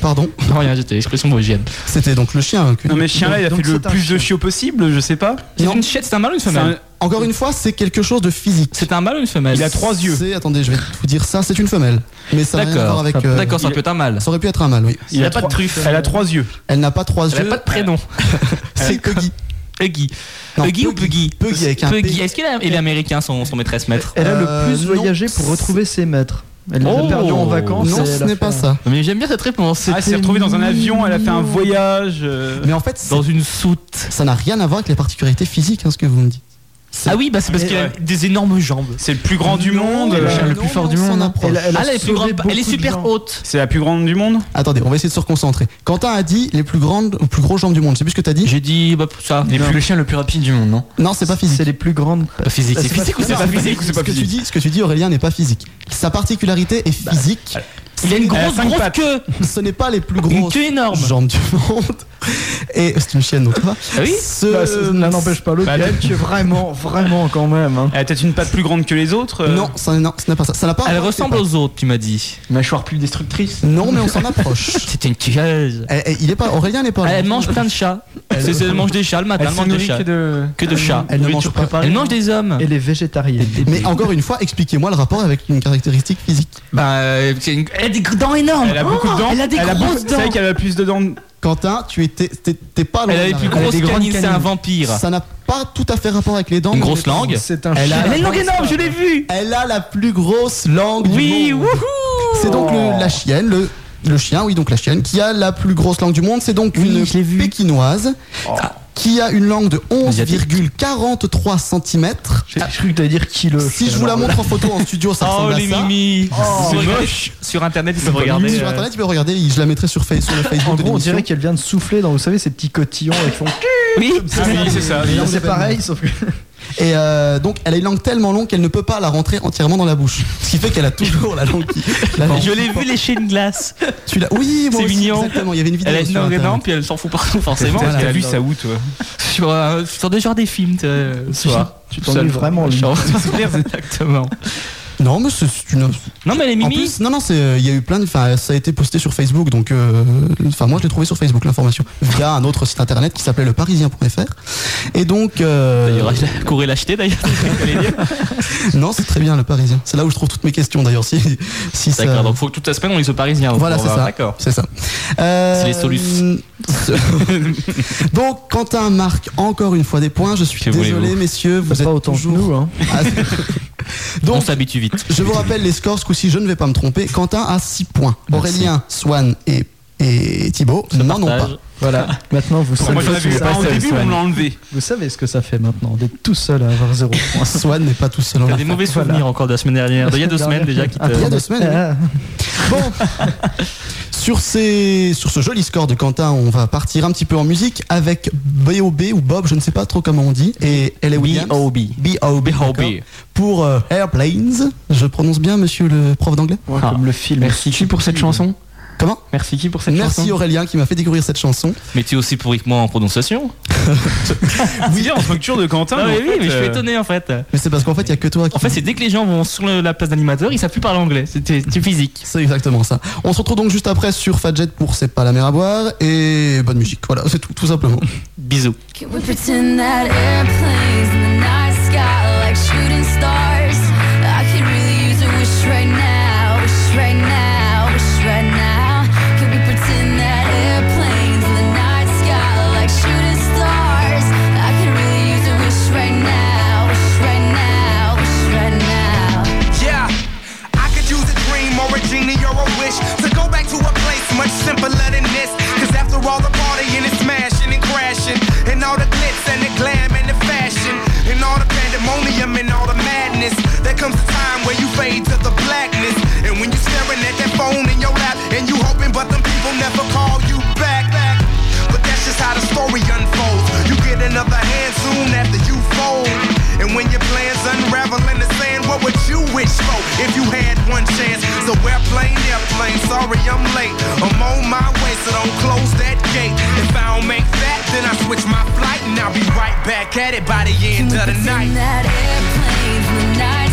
C: Pardon.
D: Non, rien, j'étais l'expression vosgienne.
C: C'était donc le chien. que-
F: Non mais ce chien là il a
E: Donc,
F: fait le
E: c'est un
F: plus de
E: chien.
F: chiots possible, je sais pas.
D: C'est
C: Non.
D: une chiette, c'est un mâle ou une
F: C'est un-
D: femelle
C: Encore une fois, c'est quelque chose de physique.
D: C'est un mâle ou une femelle
F: Il a trois yeux.
C: C'est- Attendez, je vais vous dire ça. C'est une femelle. Mais ça n'a rien à voir
D: D'accord.
C: avec. euh,
D: D'accord, ça
F: il-
D: peut être un mâle.
C: Ça aurait pu être un mâle, oui.
D: Il a pas de truffe.
F: Elle a trois yeux.
C: Elle n'a pas trois
D: Elle a
C: yeux.
D: pas de prénom.
C: C'est Puggy.
D: Huggy.
C: Non,
D: Huggy ou Puggy
C: Puggy avec un P.
D: Puggy. Est-ce qu'il est, il est américain, son, son maîtresse maître
E: Elle a
C: Euh,
E: le plus
C: non.
E: voyagé pour retrouver ses maîtres. Elle les
D: Oh.
E: a perdus en vacances.
C: Non,
E: et elle
C: ce
E: a
C: n'est
E: fait
C: pas
E: un-
C: ça.
D: Mais j'aime bien cette réponse.
F: Ah, elle s'est retrouvée dans un avion, elle a fait un voyage. euh,
C: Mais en fait, c'est-
D: Dans une soute.
C: ça n'a rien à voir avec les particularités physiques, hein, ce que vous me dites. C'est-
D: Ah oui, bah c'est parce
F: Mais
D: qu'il a
F: ouais.
D: des énormes jambes.
F: C'est le plus grand du monde.
E: Le
F: euh,
E: chien le
C: Non,
E: plus fort
C: non,
E: du
C: s'en
E: monde.
C: approche.
E: Elle- elle a
D: Ah, elle est, plus
E: sauvé
D: grande, elle est
E: beaucoup de
D: super
E: gens.
D: haute.
F: C'est la plus grande du monde.
C: Attendez, on va essayer de se reconcentrer. Quentin a dit les plus grandes ou plus gros jambes du monde. Je sais plus ce que t'as dit.
D: J'ai dit, bah, ça.
I: Le chien le plus rapide du monde, non
C: Non, c'est pas physique. Bah,
E: C'est les plus grandes.
D: Pas physique. C'est
E: C'est pas-
D: physique ou c'est pas physique
C: ce que tu dis, ce que tu dis, Aurélien, n'est pas physique. Sa particularité est physique.
D: Il a une
F: Elle a
D: grosse,
F: cinq
D: grosse
F: pattes.
D: queue.
C: Ce n'est pas les plus
D: Une
C: grosses
D: queue énorme.
C: jambes du monde. Et c'est une chienne, donc ça va.
D: Ah oui
C: Ce-
E: Bah, ça- L'un n'empêche pas l'autre.
F: bah,
E: et Elle tue vraiment, vraiment quand même. hein.
F: Elle a peut-être une patte plus grande que les autres. euh,
C: Non, ça, non, ce n'est pas ça. Ça n'a pas.
D: Elle ressemble aux autres, tu m'as dit.
I: Mâchoire plus destructrice.
C: Non, mais on s'en approche.
D: C'était une tueuse.
C: Eh, eh, il est pas. Aurélien n'est pas. là.
D: Elle mange plein de chats. C'est- c'est- Elle mange des chats le matin,
I: Elle
D: elle
I: se
D: mange des
I: nourrit
D: chats.
I: que de.
D: Que de chats.
C: Elle ne mange pas.
D: Elle mange des hommes.
E: Et les végétariens.
C: Mais encore une fois, expliquez-moi le rapport avec une caractéristique physique.
D: Bah, euh, c'est une- elle a des gr- dents énormes.
F: Elle a beaucoup de
D: Oh,
F: dents.
D: Elle a des
F: beaucoup-
D: grosses
F: C'est
D: dents.
F: vrai qu'elle a plus de dents.
C: Quentin, tu étais, t'es t'es pas loin.
D: Elle a
C: de
D: les
C: la
D: plus
C: réponse.
D: grosses
E: des grandes
D: canines, c'est un
E: canines.
D: vampire.
C: Ça n'a pas tout à fait rapport avec les dents.
D: Une
C: mais on
D: grosse
C: est pas
D: langue.
C: loin.
E: C'est un
C: Elle
E: chien.
C: a-
D: Elle a une langue énorme, je l'ai vue.
C: Elle a la plus grosse langue
D: Oui,
C: du monde.
D: wouhou
C: C'est donc le- la chienne, le, le chien, oui, donc la chienne, qui a la plus grosse langue du monde. C'est donc
E: Oui, je l'ai
C: une
E: vu.
C: pékinoise qui a une langue de 11,43 cm.
E: J'ai cru que t'allais dire kilo.
C: Si je vous la montre en photo en studio, ça
D: Oh,
C: ressemble à
D: les
C: ça.
D: mimi.
F: C'est
D: Regardez-
F: moche.
D: Sur internet, ils peuvent regarder.
C: Sur
D: euh,
C: internet, tu peux regarder, je la mettrai sur, Fa- sur le
E: En
C: Facebook de
E: gros, on
C: l'émission.
E: dirait qu'elle vient de souffler dans, vous savez, ces petits cotillons. Ils font.
D: Oui,
F: Ah oui, c'est ça.
C: Les langues
E: C'est
C: de Batman.
E: pareil, sauf que.
C: Et euh, donc, elle a une langue tellement longue qu'elle ne peut pas la rentrer entièrement dans la bouche. Ce qui fait qu'elle a toujours la langue qui. la langue
D: je l'ai
C: qui
D: vu
C: porte.
D: lécher une glace.
C: Tu l'as- Oui, moi
D: C'est
C: aussi,
D: mignon.
C: Exactement, il y avait une vidéo.
D: Elle a une
C: sur
D: langue
C: Internet.
D: énorme, puis elle s'en fout partout, forcément.
F: T'as
D: parce qu'elle
F: t'as
D: a
F: vu
D: une
F: ça où toi
D: sur, un- sur euh, des genres des films, euh, tu vois.
E: Tu t'ennuies vraiment, lui.
D: Exactement.
C: Non, mais c'est c'est une.
D: Non, mais les
C: En
D: mimi,
C: plus, non, non, c'est, euh, il y a eu plein de. Enfin, ça a été posté sur Facebook, donc. euh, Enfin, moi, je l'ai trouvé sur Facebook, l'information, via un autre site internet qui s'appelait leparisien.fr. Et donc. euh,
D: D'ailleurs, je la- courait l'acheter d'ailleurs. c'est ce que j'allais dire.
C: non, c'est très bien, le parisien. C'est là où je trouve toutes mes questions, d'ailleurs. Si, si ça-
D: D'accord, donc faut que toute la semaine on est au parisien. donc
C: Voilà,
D: on
C: c'est
D: va-
C: ça.
D: D'accord.
C: C'est ça.
D: C'est les solus.
C: ce- Donc, Quentin marque encore une fois des points. Je suis
D: Que voulez-vous
C: désolé, messieurs. Vous
E: C'est
C: êtes
E: pas autant que
C: toujours.
E: nous, hein.
C: Ah,
D: On
C: Donc,
D: s'habitue vite.
C: je vous rappelle les scores. Ce coup-ci, je ne vais pas me tromper. Quentin a 6 points. Aurélien, Swan et, et et Thibaut n'en ont pas.
D: partage.
E: Voilà, maintenant vous
F: Moi,
E: savez,
F: j'en
E: ce que
F: avais
E: ça
F: pas au
E: fait,
F: début, on
E: Swan.
F: me l'a enlevé.
E: vous savez ce que ça fait maintenant d'être tout seul à avoir zéro point.
C: Swan n'est pas tout seul.
D: T'as des mauvais souvenirs encore de la semaine dernière, d'il y a deux semaines déjà qui te.
E: Ah,
C: Il y a deux semaines, oui.
E: Ah,
C: Bon, sur, ces, sur ce joli score de Quentin, on va partir un petit peu en musique avec B.O.B. ou Bob, je ne sais pas trop comment on dit, et L.A. Williams.
D: B.O.B..
C: B.O.B. d'accord. Pour euh, Airplanes. Je prononce bien, monsieur le prof d'anglais
I: Ouais,
D: Ah.
I: Comme le film. Merci qui pour cette chanson
C: Comment
I: Merci qui pour cette
C: Merci
I: chanson
C: Aurélien qui m'a fait découvrir cette chanson.
D: Mais tu es aussi pourri que moi en prononciation.
F: Oui, dire, on se moque toujours de Quentin.
D: Ah,
F: mais
D: mais
F: en
D: oui,
F: fait,
D: mais je suis
F: euh,
D: étonné en fait.
C: Mais c'est parce qu'en fait, il n'y a que toi qui.
D: En fait, c'est dès que les gens vont sur le- la place d'animateur, ils savent plus parler anglais. C'était c'est physique.
C: C'est exactement ça. On se retrouve donc juste après sur Fadjet pour C'est pas la mer à boire et bonne musique. Voilà, c'est tout, tout simplement.
D: Bisous.
J: Can we pretend that airplanes in the night sky are like shooting stars? I could really use a wish right now, wish right now, wish right now. Can we pretend that airplanes in the night sky are like shooting stars? I could really use a wish right now, wish right now, wish right now.
G: Yeah, I could use a dream or a genie or a wish to go back to a place much simpler than this. Cause after all the partying and smashing and crashing, and all the glitz and the glam and the fashion, and all the pandemonium and all the madness, there comes a time where you fade to the blackness. And when you're staring at that phone in your lap, and you hoping, but them people never call you back. But that's just how the story unfolds. You get another hand soon after you fold. And when your plans unravel in the sand, what would you wish for if you had one chance? So airplane, airplane, sorry I'm late. I'm on my way, so don't close that gate. If I don't make that, then I switch my flight and I'll be right back at it by the
J: Can
G: end
J: we
G: of the
J: pretend
G: night.
J: that airplanes in the night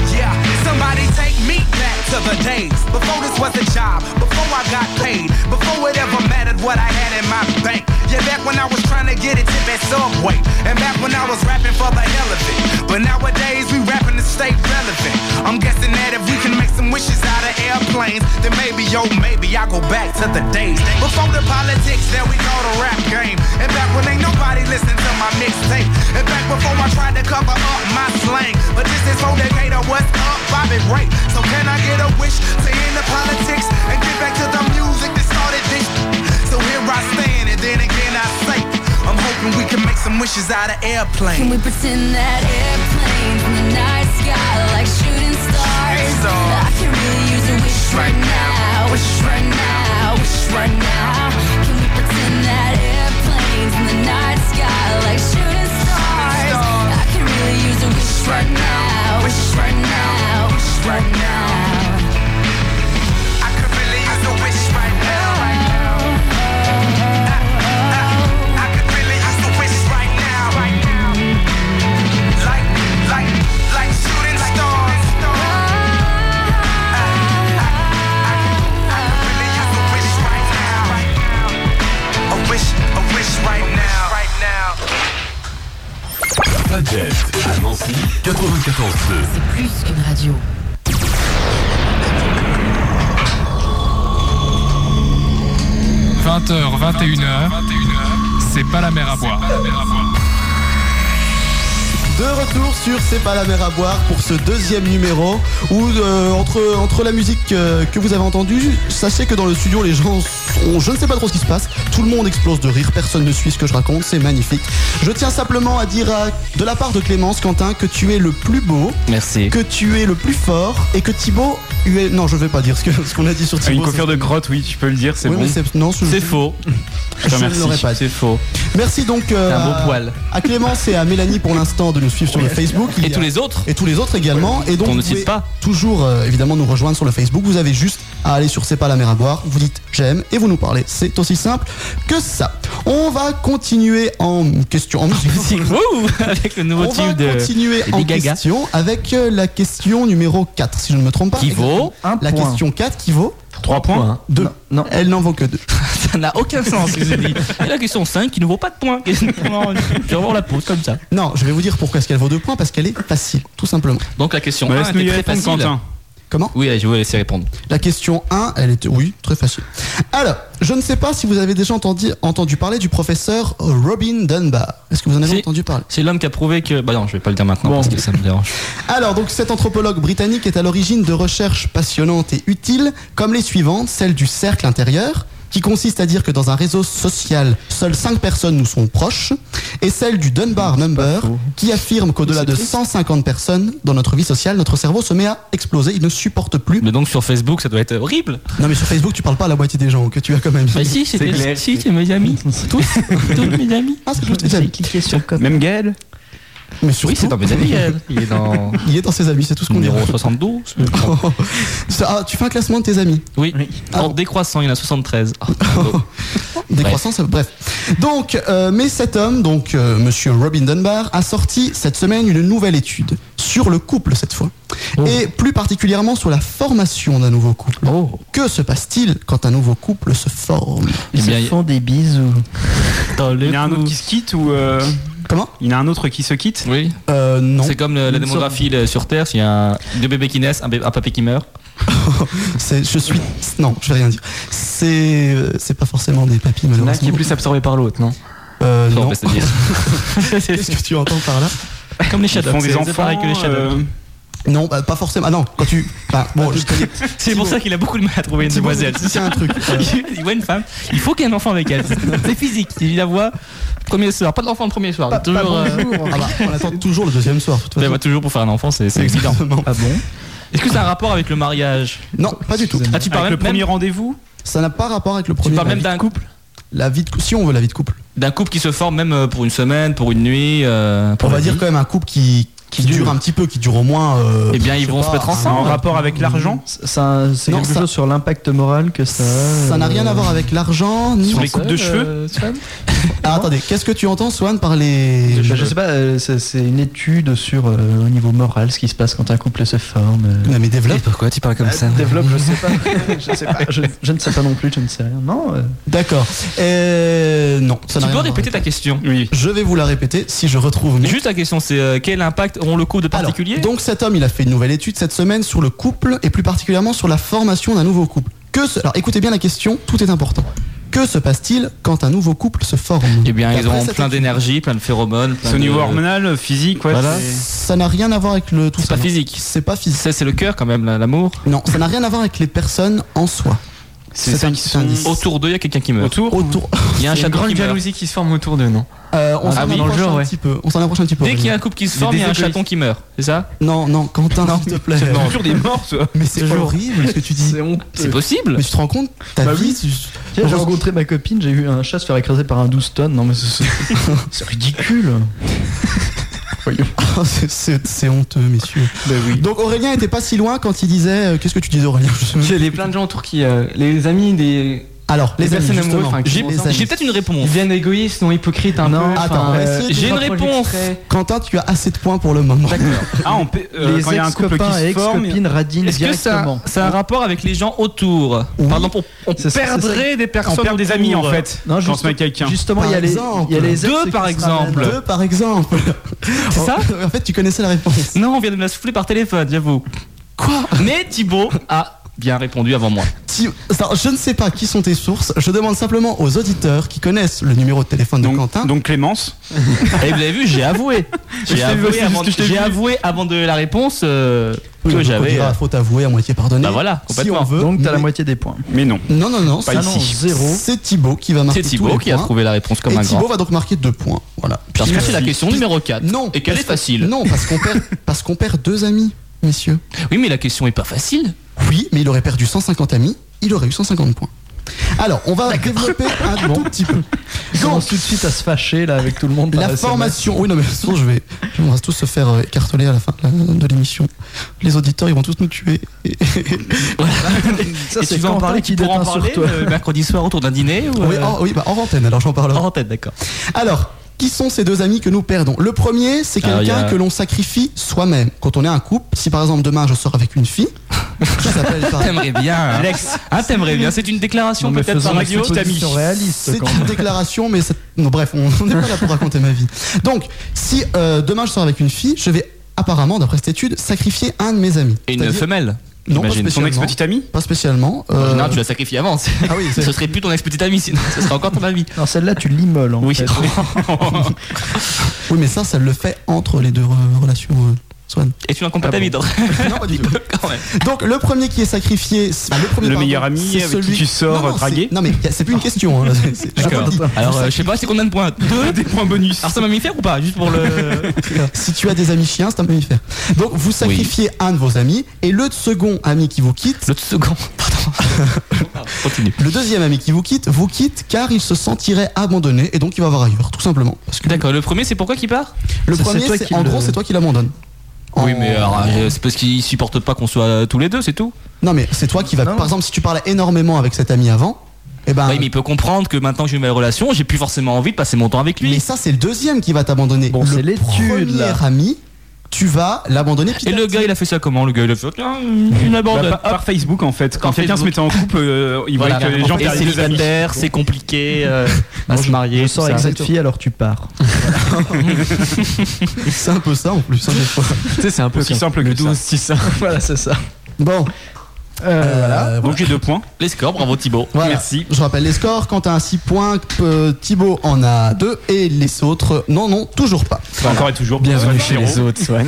G: yeah. Somebody take me back to the days before this was a job, before I got paid, before it ever mattered what I had in my bank. Yeah, back when I was trying to get a tip at Subway, and back when I was rapping for the hell of it. But nowadays we rapping to stay relevant. I'm guessing that if we can make some wishes out of airplanes, then maybe, yo, maybe I'll go back to the days before the politics that we call the rap game, and back when ain't nobody listened to my mixtape, and back before I tried to cover up my slang. But this is whole decade of what's up, Bobby Ray. So can I get a wish to end the politics and get back to the music that started this? So here I stand, and then again I say, I'm hoping we can make some wishes out of
J: Can
G: airplane.
J: we pretend that airplanes in the night sky are like shooting stars?
G: Shooting stars.
J: I could really use a wish right now, wish right now, wish right now. Can we pretend that airplanes in the night sky are like shooting stars?
G: stars.
J: I could really use a wish right now, wish right now, wish right now.
G: I could really use a wish right now. Right now. I, I, I could really use a wish right now. Right now. Like, like, like shooting stars. I- I- I could really use a wish right now. A wish, a wish right now. Right now.
H: Fadjet à Nancy 94
K: Plus qu'une radio.
B: h 21h, c'est pas la mer à boire.
C: De retour sur C'est pas la mer à boire pour ce deuxième numéro où euh, entre, entre la musique euh, que vous avez entendue, sachez que dans le studio les gens sont, je ne sais pas trop ce qui se passe, tout le monde explose de rire, personne ne suit ce que je raconte, c'est magnifique. Je tiens simplement à dire à- de la part de Clémence Quentin que tu es le plus beau,
D: Merci.
C: que tu es le plus fort et que Thibaut est... Non je vais pas dire ce que- ce qu'on a dit sur
D: Ah,
F: Une
C: Thibaut.
F: coiffure de grotte, oui, tu peux le dire,
C: c'est-
F: c'est
C: Oui,
F: bon.
C: mais c'est- non, je-
D: C'est faux.
C: je ne l'aurais pas dit.
D: C'est faux.
C: Merci donc euh,
D: T'as un
C: à-
D: beau poil.
C: à Clémence et à Mélanie pour l'instant de nous suivre sur le Facebook. Il
D: Et
C: y a-
D: tous les autres
C: et tous les autres également. Et donc,
D: On ne
C: vous
D: cite
C: pouvez
D: pas.
C: toujours euh, évidemment nous rejoindre sur le Facebook. Vous avez juste à aller sur C'est pas la mer à boire. Vous dites j'aime et vous nous parlez. C'est aussi simple que ça. On va continuer en question. En
D: Si, wouh, Avec le nouveau
C: On va
D: tube de.
C: continuer
D: Lady
C: en
D: Gaga.
C: question avec euh, la question numéro 4, si je ne me trompe pas.
D: Qui vaut
E: un
C: La
E: point.
C: question 4 qui vaut
F: 3 points.
C: deux.
E: non.
C: Elle n'en vaut que deux.
D: Ça n'a aucun sens, ce que j'ai dit. Et la question 5 qui ne vaut pas de points. Je vais la pose comme ça.
C: Non, je vais vous dire pourquoi est-ce qu'elle vaut deux points, parce qu'elle est facile, tout simplement.
D: Donc la question
F: Bah,
D: 1
F: Laisse-nous
D: était
F: y
D: très
F: répondre,
D: facile.
F: Quentin.
C: Comment
D: Oui, je vous laisser répondre.
C: La question 1, elle était. Oui, très facile. Alors, je ne sais pas si vous avez déjà entendu, entendu parler du professeur Robin Dunbar. Est-ce que vous en avez entendu parler
D: C'est l'homme qui a prouvé que. Bah non, je vais pas le dire maintenant
C: Bon.
D: parce que ça me dérange.
C: Alors, donc, cet anthropologue britannique est à l'origine de recherches passionnantes et utiles, comme les suivantes, celle du cercle intérieur, qui consiste à dire que dans un réseau social, seules 5 personnes nous sont proches, et celle du Dunbar Number, qui affirme qu'au-delà de 150 personnes dans notre vie sociale, notre cerveau se met à exploser, il ne supporte plus.
D: Mais donc sur Facebook, ça doit être horrible.
C: Non, mais sur Facebook, tu parles pas à la moitié des gens que tu as quand même.
D: Mais si, c'était- si, c'est mes amis. Tous, tous mes amis.
C: Ah, c'est tous tes amis.
F: Même Gaël
C: Mais
D: Oui, c'est dans mes amis, Gaël.
C: Il
D: Il est dans.
C: est dans ses amis, c'est tout ce qu'on dit.
D: Numéro 72
C: Oh. Ça, ah, tu fais un classement de tes amis
D: Oui. En décroissant, il y en a 73. Ah, bravo.
C: Décroissance, euh, bref. Donc, euh, mais cet homme, donc euh, Monsieur Robin Dunbar, a sorti cette semaine une nouvelle étude sur le couple cette fois,
D: Oh.
C: et plus particulièrement sur la formation d'un nouveau couple.
D: Oh.
C: Que se passe-t-il quand un nouveau couple se forme
D: Eh
E: Ils se font des bisous.
F: Il y en a un autre qui se quitte ou. euh,
C: Comment
F: Il y en a un autre qui se quitte
D: Oui.
C: non.
D: Euh, C'est comme le- la démographie le- sur Terre, s'il y a un- deux bébés qui naissent, un, bébé, un papé qui meurt.
C: C'est, je suis, non, je vais rien dire. C'est, euh, c'est pas forcément des papis
I: Il y en a
C: malheureusement.
I: un qui est plus absorbé par l'autre, non
C: Euh,
D: Genre,
C: non.
D: bah, c'est-à-dire-
C: Qu'est-ce que tu entends par là
D: comme les
F: Ils
D: shadows.
F: font des
D: c'est- c'est
F: enfants.
D: pareil que les shadows.
F: euh,
C: Non, bah, pas forcément. Ah non, quand tu, bah, bon, je te dis-
D: C'est pour ça qu'il a beaucoup de mal à trouver une
C: Thibaut,
D: demoiselle.
C: c'est un truc.
D: Il voit une femme, il faut qu'il y ait un enfant avec elle. C'est physique. Il la voit premier soir, pas d'enfant le premier soir. toujours, euh,
C: Ah bah, on attend toujours le deuxième soir. de toute
D: bah,
C: façon.
D: bah, toujours pour faire un enfant, c'est c'est évident.
C: Exactement.
E: Ah bon
D: Est-ce que c'est un rapport avec le mariage
C: Non, pas du tout.
D: Ah, tu parles
F: Avec le
D: même,
F: premier rendez-vous
C: Ça n'a pas rapport avec le
D: tu
C: premier.
D: parles même
C: la vie
D: d'un
C: de couple.
D: couple
C: La vie de cou- si on veut la vie de couple.
D: D'un couple qui se forme même euh, pour une semaine, pour une nuit. euh,
C: On
D: pour
C: va
D: la
C: dire
D: vie.
C: quand même un couple qui, qui dure un petit peu, qui dure au moins. euh,
D: Eh bien,
C: je
D: ils
C: sais
D: vont se
C: pas,
D: mettre
C: un-
F: En
D: ensemble.
F: rapport avec l'argent
E: Ça, c'est
C: Non,
E: quelque
C: ça-
E: chose sur l'impact moral que ça. Euh, a,
C: Ça n'a
E: euh,
C: rien à voir avec l'argent ni.
F: Sur les coupes de cheveux
C: Ah, attendez, qu'est-ce que tu entends, Swan, par les.
E: Bah, je sais pas, euh, c'est c'est une étude sur euh, au niveau moral ce qui se passe quand un couple se forme. euh.
C: Non, mais
I: Et
C: développe.
I: pourquoi tu parles comme
E: Bah,
I: ça
E: développe, je sais pas. je sais pas. Ah, Je, je ne sais pas non plus, je ne sais rien. Non. euh,
C: D'accord. Euh, non, ça n'a rien
D: Tu peux
C: à voir.
D: répéter ta question
F: Oui.
C: Je vais vous la répéter si je retrouve mes-
D: Juste la question, c'est euh, quel impact auront le couple de
C: Alors,
D: particulier
C: donc cet homme, il a fait une nouvelle étude cette semaine sur le couple et plus particulièrement sur la formation d'un nouveau couple. Que se- Alors écoutez bien la question, tout est important. Que se passe-t-il quand un nouveau couple se forme
D: Eh bien, ils
C: D'après
D: auront
C: cette
D: plein
C: étude,
D: d'énergie, plein de phéromones. plein
F: C'est au niveau
D: de-
F: hormonal, physique, ouais. c'est-
C: Ça n'a rien à voir avec le tout
D: C'est
C: ça.
D: pas
C: non.
D: physique.
C: C'est pas physique.
D: Ça, c'est le cœur quand même, la- l'amour.
C: Non, ça n'a rien à voir avec les personnes en soi.
F: C'est
C: C'est
F: ça
C: un
F: qui
C: petit
F: sont
C: indice.
D: Autour d'eux, il y a quelqu'un qui meurt.
F: autour.
C: Autour.
D: Il y a un
I: Il y a une
D: chapeau
I: grande
D: qui meurt.
I: jalousie qui se forme autour d'eux, non
C: Euh, on
I: Ah,
C: s'en
I: oui, dans le
C: approche
I: genre,
C: un
I: ouais.
C: petit peu. On s'en approche un petit peu.
D: Dès qu'il y a
C: Aurélien.
D: un couple qui se forme, il y a un chaton qui meurt, c'est ça
C: Non, non, Quentin, s'il te plaît.
F: Non, autour des morts, toi.
C: Mais c'est horrible ce que tu dis.
D: C'est possible
C: Mais tu te rends compte Ta
E: Bah
C: vie,
E: oui.
C: tu-
E: tiens, J'ai rencontré ma copine, j'ai vu un chat se faire écraser par un 12 tonnes. Non mais c'est c'est ridicule.
C: Oh, c'est- c'est c'est honteux, messieurs. Donc Aurélien était pas si loin quand il disait. euh, Qu'est-ce que tu disais, Aurélien Je sais même
I: Il y a des- plein de gens autour qui. euh, les amis des.
C: Alors, les,
I: Les
C: amis,
I: personnes
C: justement.
I: amoureuses, enfin, qui
C: J'ai-
I: sont
C: les
I: ensemble.
C: amis.
D: J'ai peut-être une réponse.
I: Ils viennent égoïstes, non hypocrites un
E: Non,
I: peu. enfin,
C: attends,
I: euh,
C: essayez de
I: ils
D: J'ai une
I: rapprochent
D: réponse.
I: l'extrait.
C: Quentin, tu as assez de points pour le moment.
F: Ah, on peut- euh, quand
E: Les
F: il y a un couple qui
E: ex-copains et
F: se forme.
E: ex-copines radinent
D: Est-ce que ça
E: directement.
D: ça a un rapport avec les gens autour
C: Oui.
D: Pardon, on, on
E: C'est ça, c'est
D: perdrait des personnes.
F: On perd des amis en
D: autour.
F: fait.
E: Non,
F: quand on
E: juste-
F: se met avec quelqu'un.
E: Justement,
C: Par
E: il y a les,
C: exemple.
E: il y a les ex
D: Deux,
E: qui
D: par
E: se
D: exemple.
E: ramènent.
C: Deux, par exemple.
D: C'est ça
C: En fait, tu connaissais la réponse.
D: Non, on vient de me la souffler par téléphone, j'avoue. Quoi Mais Thibaut a bien répondu avant moi.
C: Si- alors, je ne sais pas qui sont tes sources. Je demande simplement aux auditeurs qui connaissent le numéro de téléphone de Quentin.
F: Donc, donc Clémence.
D: Et vous avez vu, j'ai avoué. J'ai
F: t'ai vu
D: avoué,
F: aussi,
D: avant,
F: je t'ai
D: j'ai
F: vu.
D: avoué avant de la réponse euh,
C: Oui,
D: que
C: donc, on
D: j'avais.
C: dira,
D: euh,
C: faut avouer, à moitié pardonner.
D: Bah voilà,
C: Si
D: complètement.
C: on veut,
E: Donc t'as la
C: mais-
E: moitié des points.
F: Mais non.
C: Non, non, non. ça,
F: Pas ici.
C: non, zéro. C'est Thibaut qui va marquer
D: C'est
C: tous
D: Thibaut
C: les
D: qui a
C: points.
D: trouvé la réponse comme
C: Et
D: un
C: Thibaut
D: grand.
C: va donc marquer deux points. Voilà.
D: Parce que
C: Puis-
D: c'est la question
C: puis-
D: numéro 4.
C: Non.
D: Et qu'elle
C: parce que-
D: est facile.
C: Non, parce qu'on perd, parce qu'on perd deux amis, messieurs.
D: Oui, mais la question est pas facile.
C: Oui, mais il aurait perdu 150 amis, il aurait eu 150 points. Alors, on va développer un tout petit peu.
E: Ils
C: Donc,
E: commencent tout de suite à se fâcher là avec tout le monde. par
C: la
E: SMS.
C: formation. Oui, non, mais de toute façon, je vais. On va tous se faire euh, écarteler à la fin de la- de l'émission. Les auditeurs, ils vont tous nous tuer. Et-
E: Ça
D: Et
E: c'est
D: tu vas en
E: Quentin
D: parler,
E: qui
D: tu pourras en
E: déteint
D: parler
E: sur toi.
D: euh, mercredi soir autour d'un dîner ou
C: Oui,
D: euh,
C: oh, oui, bah, hors antenne, alors j'en parlerai.
D: hors antenne, d'accord.
C: Alors, qui sont ces deux amis que nous perdons Le premier, c'est
D: Alors,
C: quelqu'un
D: il y a-
C: que l'on sacrifie soi-même. Quand on est un couple, si par exemple demain je sors avec une fille, qui s'appelle par-
D: T'aimerais bien. hein. Ah, t'aimerais bien. C'est une déclaration
E: Non, mais
D: peut-être
E: faisons
D: par
E: une
D: radio.
E: supposition réaliste.
C: C'est
E: quand
C: une déclaration, mais ça- non, bref, on on n'est pas là pour raconter ma vie. Donc, si euh, demain je sors avec une fille, je vais apparemment, d'après cette étude, sacrifier un de mes amis.
D: Et une
C: C'est-à-dire-
D: femelle.
C: Non, pas
D: J'imagine. Ton
C: spécialement.
D: ex-petite amie
C: Pas spécialement.
D: En
C: euh,
D: général, tu la sacrifies avant.
C: Ah oui, c'est-
D: ce serait plus ton ex-petite amie, sinon ce serait encore ton ami.
E: Non, celle-là, tu l'immoles en
D: Oui,
E: fait.
C: Oui, mais ça, ça le fait entre les deux re- relations, euh, Swan.
D: Et tu n'incomptes pas ta vie, donc.
C: Non, pas du tout. Donc, le premier qui est sacrifié, c'est- enfin, le, premier,
F: Le
C: pardon,
F: meilleur ami
C: c'est
F: avec qui tu sors,
C: Non, non,
F: draguer
C: c'est- Non, mais y a- c'est plus une question. hein, là, c'est- c'est- je
D: D'accord.
C: vous le dis.
D: Alors, euh, je sais pas, c'est combien de points Deux
F: Des points bonus.
D: Alors, ça m'a mis faire ou pas Juste pour le.
C: si tu as des amis chiens, c'est un mammifère. Donc, vous sacrifiez un de vos amis et le second ami qui vous quitte.
D: Le second, pardon. Continue.
C: Le deuxième ami qui vous quitte vous quitte car il se sentirait abandonné et donc il va voir ailleurs, tout simplement. Parce que
D: D'accord, le premier, c'est pourquoi qu'il part
C: le
E: Ça, c'est
C: premier,
E: toi
C: c'est
E: qui
C: en
E: le-
C: gros, c'est toi qui l'abandonne.
D: Oui,
C: En-
D: mais alors, euh, c'est parce qu'il supporte pas qu'on soit euh, tous les deux, c'est tout.
C: Non, mais c'est toi qui va.
E: Non.
C: Par exemple, si tu parlais énormément avec cet ami avant, eh ben.
D: Oui, mais il peut comprendre que maintenant que j'ai une nouvelle relation, j'ai plus forcément envie de passer mon temps avec lui.
C: Mais ça, c'est le deuxième qui va t'abandonner.
E: Bon, c'est
C: le
E: l'étude,
C: premier
E: là.
C: ami, tu vas l'abandonner. petit
D: Et
C: à
D: le
C: petit.
D: gars, il a fait ça comment Le gars, il a fait oh, tiens, une
F: Bah,
D: abandonne.
F: par, par Facebook en fait. Quand
D: Par
F: quelqu'un se
D: Facebook.
F: mettait en couple, euh, il voyait
D: Voilà.
F: que les gens
D: Et
F: perdaient des amis.
D: célibataire, c'est compliqué euh, à se marier.
E: Je
D: tout
E: sors
D: ça.
E: avec cette fille, alors tu pars.
C: c'est un peu ça en plus. hein, des fois.
I: Tu sais, c'est un peu
F: Aussi
I: comme
F: simple
I: le
F: que ça.
I: 12, 6, ça.
E: voilà, c'est ça.
C: Bon,
E: Euh,
C: voilà.
F: Donc j'ai deux points.
D: Les scores, bravo Thibaut.
C: Voilà.
F: Merci.
C: Je rappelle les scores. Quentin a 6 points, euh, Thibaut en a 2 et les autres non, non, toujours pas.
F: Encore et toujours.
I: Bienvenue
F: Bonsoir,
I: chez
F: Pierrot.
I: les autres, Swan.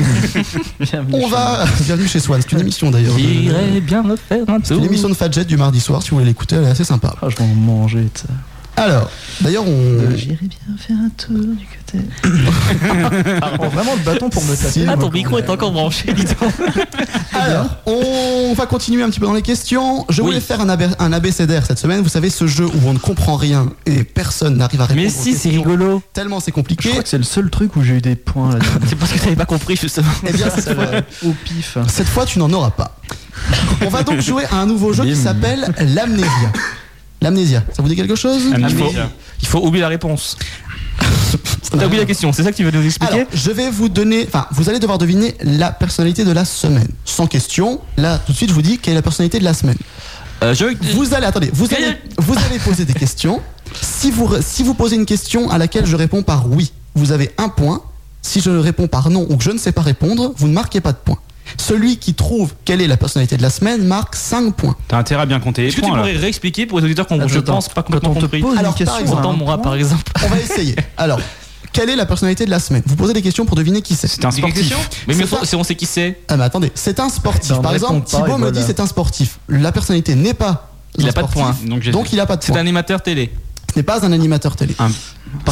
E: bienvenue
C: On
E: chez
C: va. Bienvenue chez Swan, c'est une émission d'ailleurs.
D: J'irai bien me faire un
C: C'est
D: tour.
C: une émission de Fat Jet du mardi soir, si vous voulez l'écouter, elle est assez sympa.
E: Ah, je vais en manger, tu sais.
C: Alors, d'ailleurs, on.
E: J'irai bien faire un tour du côté. vraiment le bâton pour me taper.
D: Ah, ton micro est encore branché, dis donc.
C: Alors, on va continuer un petit peu dans les questions. Je
D: Oui.
C: voulais faire un, AB- un abécédaire cette semaine. Vous savez, ce jeu où on ne comprend rien et personne n'arrive à répondre.
D: Mais
C: aux
D: si, c'est
C: questions,
D: rigolo.
C: Tellement c'est
E: Je
C: compliqué.
E: crois que c'est le seul truc où j'ai eu des points là
D: C'est parce que t'avais pas compris, justement.
C: Eh bien, cette fois,
E: au pif.
C: cette fois, tu n'en auras pas. On va donc jouer à un nouveau jeu qui s'appelle l'amnésia. L'amnésia, ça vous dit quelque chose
F: Ah,
D: Ah, Il faut,
F: Amnésia.
D: il faut oublier la réponse. T'as oublié la question, c'est ça que tu veux nous expliquer
C: Alors, je vais vous donner, enfin, vous allez devoir deviner la personnalité de la semaine. Sans question, là, tout de suite, je vous dis quelle est la personnalité de la semaine.
D: Euh, je-
C: Vous allez, attendez, vous allez, vous allez poser des questions. Si vous, si vous posez une question à laquelle je réponds par oui, vous avez un point. Si je réponds par non ou que je ne sais pas répondre, vous ne marquez pas de point. Celui qui trouve quelle est la personnalité de la semaine marque 5 points.
F: T'as intérêt à bien compter les
D: Est-ce que tu
F: points là.
D: pourrais réexpliquer pour les auditeurs qui ont, je
E: Attends,
D: pense, pas
E: Quand
D: complètement
E: on te
D: compris
E: pose
C: Alors,
E: une question,
C: par exemple,
E: à
D: Autant
E: un
D: Moura,
E: point,
D: par exemple.
C: On va essayer. Alors, quelle est la personnalité de la semaine Vous posez des questions pour deviner qui c'est.
F: C'est un sportif.
D: Mais
C: C'est
D: mieux
C: ça.
D: faut- si on sait qui c'est,
C: Ah mais attendez, c'est un sportif.
E: Ben, on
C: Par exemple,
E: répond pas,
C: Thibaut
E: et
C: me
E: voilà.
C: dit c'est un sportif. La personnalité n'est pas.
D: Il
C: un
D: a pas de
C: sportif,
D: point.
F: Donc j'ai-
C: Donc il a pas de
D: c'est un
C: point.
D: animateur télé.
C: Ce n'est pas un animateur télé.
F: un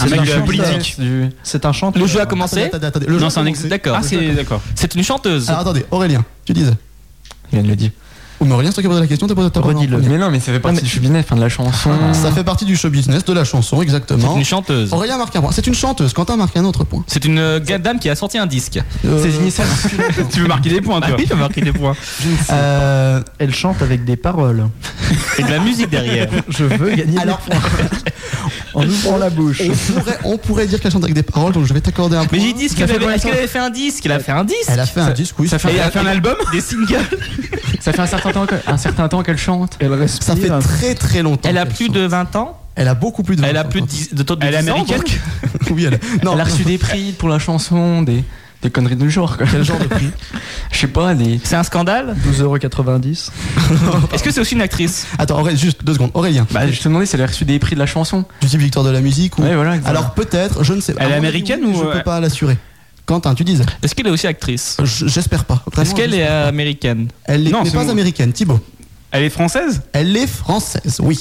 F: mec de la
E: chanteur.
F: politique.
E: Du- C'est un chanteur.
D: Le jeu a
C: Attendez,
D: commencé
C: attendez, attendez. Le jeu
F: Non,
C: a
F: c'est un ex.
C: commencé.
D: D'accord.
F: Ah, c'est d'accord.
D: C'est une chanteuse.
C: Alors attendez, Aurélien, tu disais.
I: Il vient de le dire.
C: Ou mais Aurélien, c'est toi qui as posé la question, t'as posé ta parole en
E: Redis-le.
C: premier.
I: Mais non, mais ça fait partie du chubbinet, enfin de la chanson.
C: Ah, Ça fait partie du show business, de la chanson,
D: c'est
C: exactement.
D: une chanteuse.
C: Aurélien marque un point. C'est une chanteuse, Quentin marque un autre point.
D: C'est une euh, dame qui a sorti un disque.
C: Euh,
I: Ses initiales.
F: Tu veux marquer des points
D: Ah
F: toi
D: oui, tu as marqué des points.
C: euh,
E: Elle chante avec des paroles.
D: Et de la musique derrière.
E: Je veux gagner
C: Alors,
E: des points. En ouvrant la bouche.
C: on pourrait, on pourrait dire qu'elle chante avec des paroles, donc je vais t'accorder un point.
D: Mais j'ai dit, est-ce qu'elle
I: fait
D: avait,
I: combien
D: est-ce qu'elle avait fait un disque Elle a fait un disque
C: Elle a fait un disque, oui.
I: ça fait,
D: Et
I: un-
D: fait un album Des singles
I: ça fait un certain temps, que- un certain temps qu'elle chante.
E: Elle respire.
C: Ça fait
I: hein.
C: très très longtemps.
D: Elle a
C: qu'elle
D: plus
C: chante.
D: de 20 ans
C: Elle a beaucoup plus de.
D: Elle a plus de 10 de taux de
F: Elle est
D: 10 ans,
F: américaine
D: donc
C: Oui, elle. Non,
I: elle a reçu des prix pour la chanson, des, des conneries du genre. Quoi.
C: quel genre de prix
I: Je sais pas, des.
D: C'est un scandale
E: 12,90€.
D: Est-ce que c'est aussi une actrice
C: Attends, Aurélien, juste deux secondes. Aurélien,
I: Bah, je te demandais si elle a reçu des prix de la chanson.
C: du type victoire de la musique ou.
I: Ouais, voilà. exact.
C: Alors peut-être, je ne sais pas.
F: Elle est
C: À mon avis,
F: américaine
C: oui,
F: ou,
C: Je
F: euh,
C: peux pas l'assurer. Quentin, tu disais.
D: Est-ce qu'elle est aussi actrice
C: J- J'espère pas. Vraiment,
D: Est-ce qu'elle est
C: j'espère pas.
D: américaine
C: Elle est-
F: Non,
C: n'est
F: c'est
C: pas
F: mon-
C: américaine, Thibaut.
F: Elle est française
C: Elle est française, oui.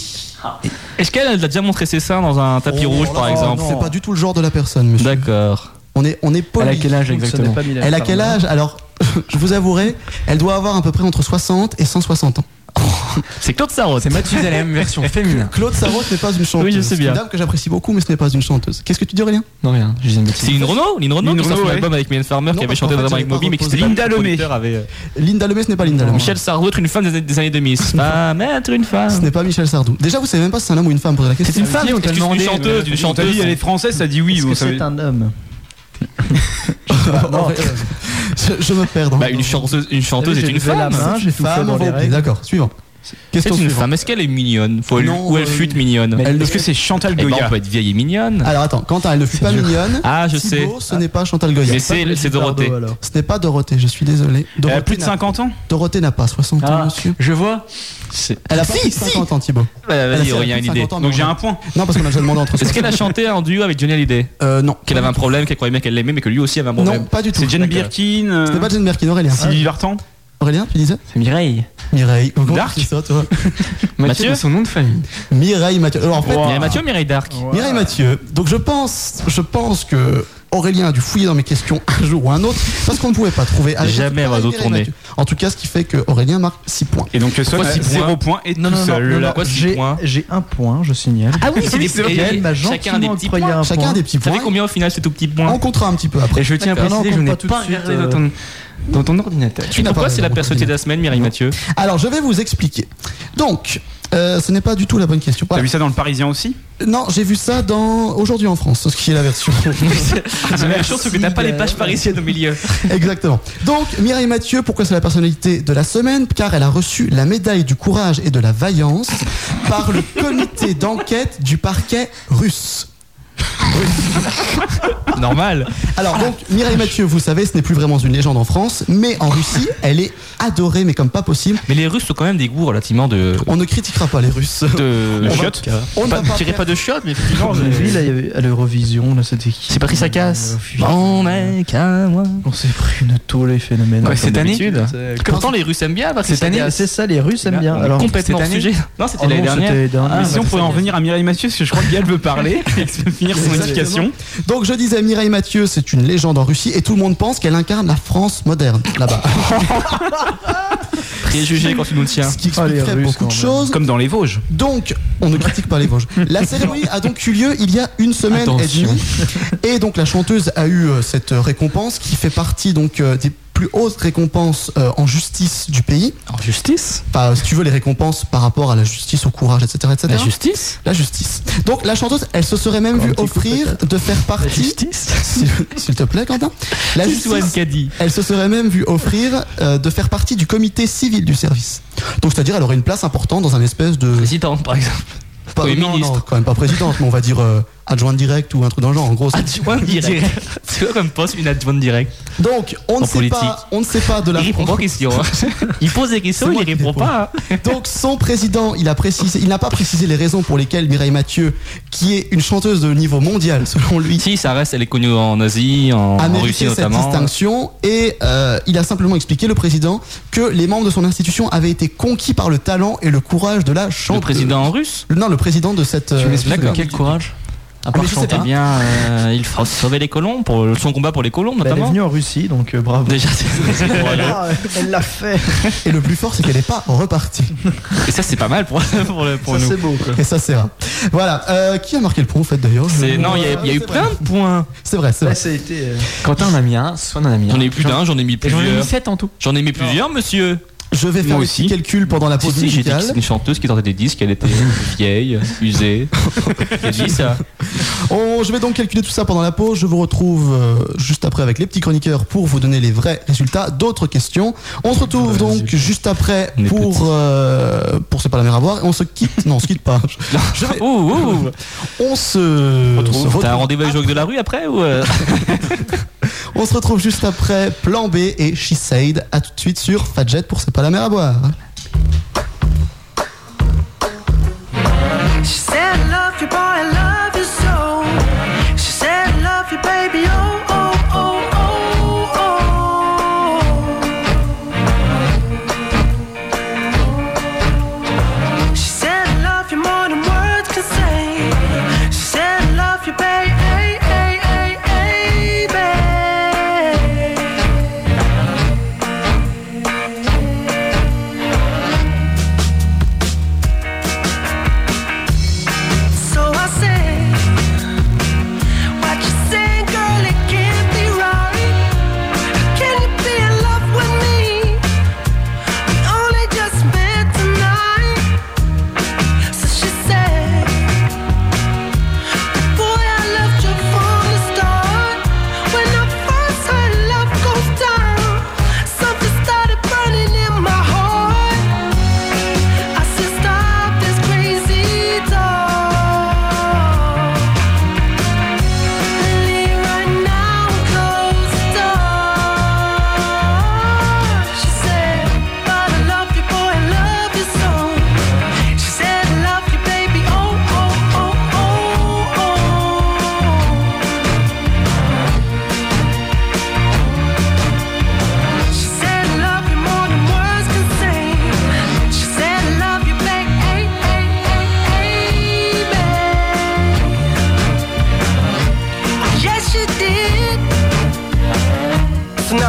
D: Est-ce qu'elle elle a déjà montré ses seins dans un tapis
C: Oh
D: rouge
C: là
D: par
C: là,
D: exemple
C: C'est pas du tout le genre de la personne, monsieur.
D: D'accord.
C: On est, on est poli.
I: elle a quel âge
E: Donc, ce
I: exactement
E: n'est pas Mylène
C: Elle a quel
E: Farmer.
C: âge Alors, je vous avouerai, elle doit avoir à peu près entre 60 et 160 ans.
D: C'est Claude Sarraute.
I: C'est Mathusalem version féminin.
C: Claude Sarraute n'est pas une chanteuse.
D: Oui, je sais
C: C'est
D: bien.
C: Une dame que j'apprécie beaucoup, mais ce n'est pas une chanteuse. Qu'est-ce que tu dis, Aurélien
I: Non, rien, je dis une
D: C'est
I: bêtise.
D: une Renault Lynn Renault
F: Lynn
D: qui a sorti
F: Renault,
D: un
F: ouais.
D: album avec Mylène Farmer
C: Non,
D: qui avait
C: parce
D: chanté
C: qu'en fait,
D: notamment
C: j'avais
D: avec
C: pas
D: Moby mais qui
C: reposé.
D: s'était pas
F: Linda Lemay.
D: producteur avait, euh,
C: Linda Lemay, ce n'est pas Linda Lemay.
D: Michel Sarraute, une femme des années- des années 2000. Femme, être une
C: Ce
D: femme.
C: n'est pas Michel Sardou. Déjà, vous savez même pas si c'est un homme ou une femme, posez la question.
D: C'est une femme,
I: on t'a
D: excuse, une
I: demandé,
D: chanteuse, une
F: On t'a
D: chanteuse.
F: dit elle est française, ça dit oui.
E: Est-ce
F: donc
E: que
F: ça veut-
E: c'est un homme
C: Oh, euh, je, je me perds dans
D: Bah, une chanteuse, une chanteuse
E: J'ai
D: est une
E: levé la
D: femme.
E: main.
C: Femme,
E: j'ai tout fait
C: femme,
E: dans
C: on
E: les
C: va oublier.
E: règles.
C: D'accord, suivant.
D: Question
L: Question
D: une
L: suivante.
D: femme, est-ce qu'elle est mignonne Faut elle-
L: Non,
D: Ou elle
L: euh,
D: fut mignonne
L: Mais est-ce que c'est Chantal
D: Eh ben,
L: Goya
D: On peut être vieille et mignonne.
C: Alors attends, Quentin, elle ne fut pas
D: dur.
C: mignonne.
D: Ah, je
C: Thibaut,
D: sais.
C: Ce n'est pas Chantal Goya.
D: Mais c'est- Euh. c'est Dorothée.
C: Ce n'est pas Dorothée, je suis désolé. Dorothée
D: plus de
C: n'a-
D: 50 ans
C: Dorothée n'a pas 60
F: Ah.
C: ans, monsieur.
L: Je vois.
C: Elle a pas
D: Si,
C: plus de 50 ans, Thibaut.
D: Ah, Bah,
C: Elle a
D: Vas-y,
C: fait
D: Aurélien,
C: plus
D: une
C: de
D: idée.
C: 50 ans, mais on a-
D: point.
C: Non, parce qu'on a déjà demandé entre
D: Est-ce qu'elle a chanté en duo avec Johnny Hallyday
C: Euh, non.
D: Qu'elle avait un problème, qu'elle croyait bien qu'elle l'aimait, mais que lui aussi avait un problème
C: Non, pas du tout.
D: C'est Jane
C: D'accord.
D: Birkin. euh,
C: Ce n'est pas Jane Birkin, Aurélien.
D: Sylvie Vartan
C: Aurélien, tu disais
D: C'est Mireille.
C: Mireille. Comment
D: Dark
C: tu dis ça, toi
D: Mathieu, Mathieu
I: son nom de famille.
C: Mireille Mathieu. Alors, en fait,
D: Mireille Mathieu, Mireille Dark.
C: Mireille Mathieu. Donc je pense, je pense que Aurélien a dû fouiller dans mes questions un jour ou un autre parce qu'on ne pouvait pas trouver. Avec-
D: Jamais avoir
C: Mireille
D: d'autres tournées.
C: Mathieu. En tout cas, ce qui fait que Aurélien marque 6 points.
F: Et
I: euh,
F: donc,
C: Pourquoi
F: Swan a
C: six points
F: 0 points et
E: Non,
F: tout
E: non, non,
F: seul.
E: non, non,
F: Pourquoi six
E: j'ai-
F: points
E: j'ai un point, je signale.
D: Ah oui, c'est des
E: c'est
D: petits-
E: Gaël m'a
D: Chacun des
E: gentiment
D: petits
E: octroyé
D: points.
E: un point.
D: Ça fait combien au final ces tout petits points
C: On comptera un petit peu après.
I: Et je tiens à
D: D'accord.
I: préciser,
D: Non,
I: je
D: on
I: n'ai
D: compte pas
I: pas
D: tout de suite,
I: regardé dans
D: euh,
I: ton, dans ton ordinateur.
D: Et pourquoi c'est la personnalité de la semaine, Mireille Mathieu
C: Alors, je vais vous expliquer. Donc, euh, ce n'est pas du tout la bonne question.
F: T'as
C: Voilà.
F: vu ça dans le Parisien aussi
C: Non, j'ai vu ça dans Aujourd'hui en France, ce qui est la version.
D: C'est la chance que t'as pas les pages parisiennes au milieu.
C: Exactement. Donc, Mireille Mathieu, pourquoi c'est la personnalité de la semaine Car elle a reçu la médaille du courage et de la vaillance par le comité d'enquête du parquet russe.
D: Normal.
C: Alors donc Mireille Mathieu, vous savez, ce n'est plus vraiment une légende en France, mais en Russie, elle est adorée, mais comme pas possible.
D: Mais les Russes ont quand même des goûts relativement de.
C: On ne critiquera pas les Russes.
D: de.
C: On va-
D: chiottes.
C: on ne
D: Pas-
C: va pas
D: je dirais pas de chiottes, mais effectivement.
E: J'ai
D: je- Euh,
E: vu, là, il bah, y avait- à l'Eurovision, là, c'était qui Euh,
D: C'est Patrice Acasse. Bon mec, à moi.
E: On s'est pris une tôle les phénomènes.
D: Comme
E: Comme
D: d'habitude.
E: d'habitude.
D: Pourtant, les Russes aiment bien Patrice
E: Cette année,
D: Acasse.
E: c'est ça, les Russes aiment bien.
D: on est
E: Alors,
D: complètement
E: cette
D: hors
E: année
D: sujet. Non, c'était
E: Oh
D: l'année
E: non,
D: dernière.
E: c'était dernière.
D: Ah,
F: Mais si on pouvait en revenir à Mireille Mathieu, parce que je crois que Gaël veut parler et que ça va finir son
C: Exactement.
F: explication.
C: Donc je disais, Mireille Mathieu, c'est une légende en Russie et tout le monde pense qu'elle incarne la France moderne là-bas.
D: Préjugé quand tu nous le tiens.
C: Ce qui expliquerait beaucoup de choses.
F: Comme dans les Vosges.
C: Donc, on ne critique pas les Vosges. La cérémonie a donc eu lieu il y a une semaine et demie. Et donc, la chanteuse a eu euh, cette euh, récompense qui fait partie donc euh, des plus hautes récompenses euh, en justice du pays.
D: En justice
C: Enfin, si tu veux, les récompenses par rapport à la justice, au courage, etc. etc.
D: La justice
C: La justice. Donc, la chanteuse, elle se serait même vue offrir de faire partie. S'il s'il te plaît, Quentin. La
D: C'est Swan
C: justice.
D: qui a dit.
C: Elle se serait même vue offrir euh, de faire partie du comité civil du service. Donc, c'est-à-dire, elle aurait une place importante dans un espèce de.
D: Présidente, par exemple.
C: Pas,
D: Premier
C: non,
D: ministre.
C: non, quand même pas présidente, mais on va dire euh, adjointe directe ou un truc dans le genre. En gros, c'est-
D: Adjointe directe. C'est quoi comme poste une adjointe directe
C: donc on ne
D: En
C: sait
D: politique.
C: pas, on ne sait pas de la.
D: Il répond pas aux questions. hein. Il pose des questions,
C: C'est
D: il
C: moi
D: y
C: qui
D: répond
C: réponds.
D: pas. hein.
C: Donc son président, il a précisé, il n'a pas précisé les raisons pour lesquelles Mireille Mathieu, qui est une chanteuse de niveau mondial selon lui,
D: Si, ça reste, elle est connue en Asie, en,
C: a
D: en Russie
C: mérité cette
D: notamment.
C: distinction et euh, il a simplement expliqué le président que les membres de son institution avaient été conquis par le talent et le courage de la chanteuse.
D: Le président en russe
C: Le- Non, le président de cette.
I: Tu
C: euh,
I: m'expliques de
D: d'accord.
I: quel courage
C: Ah,
I: À part
C: mais je sais
I: chanter
C: pas.
I: bien.
D: Bien, euh, il faut sauver les colons pour son combat pour les colons
E: Bah, Elle est
D: notamment.
E: venue en Russie, donc euh, bravo.
D: Déjà, c'est- c'est courageux.
E: Ah, Elle l'a fait.
C: Et le plus fort, c'est qu'elle n'est pas repartie.
D: Et ça, c'est pas mal pour, pour, le- pour
E: Ça,
D: nous.
E: c'est beau, quoi.
C: Et ça, c'est rare. Voilà. Euh, qui a marqué le point, en fait, d'ailleurs Je-
D: C'est- Non, il y a, il y a eu
C: C'est
D: plein
C: vrai.
D: de points.
C: C'est vrai, c'est
E: Là,
C: vrai.
E: ça a été. euh,
I: Quentin en a mis un, Swan en a mis un.
D: J'en ai eu plus d'un, j'en ai mis
I: Et J'en ai mis
D: plusieurs.
I: 7 en tout.
D: J'en ai mis plusieurs, monsieur.
C: Je vais faire
D: Moi
C: un
D: aussi.
C: petit calcul pendant la
D: Si,
C: pause
D: si, j'ai dit que
C: musicale.
D: c'est une chanteuse qui sortait des disques, elle était vieille, usée. J'ai dit ça.
C: On- je vais donc calculer tout ça pendant la pause. Je vous retrouve euh, juste après avec les petits chroniqueurs pour vous donner les vrais résultats. D'autres questions. On se retrouve donc juste après
D: On est petits.
C: pour euh, pour c'est pas la mer à boire. Et on se quitte. Non, on se quitte pas. Je- je vais-
D: Ouh, ouh.
C: on se se retrouve-
D: T'as un rendez-vous avec Jacques de la rue après ou euh
C: On se retrouve juste après Plan B et She Said. À tout de suite sur Fadjet pour c'est pas la mer à boire.
K: She said, I love you, boy, I love you so. She said, I love you, baby, oh, oh, oh, oh, oh. She said, I love you more than words can say. She said, I love you, baby, hey, hey, hey, hey, baby.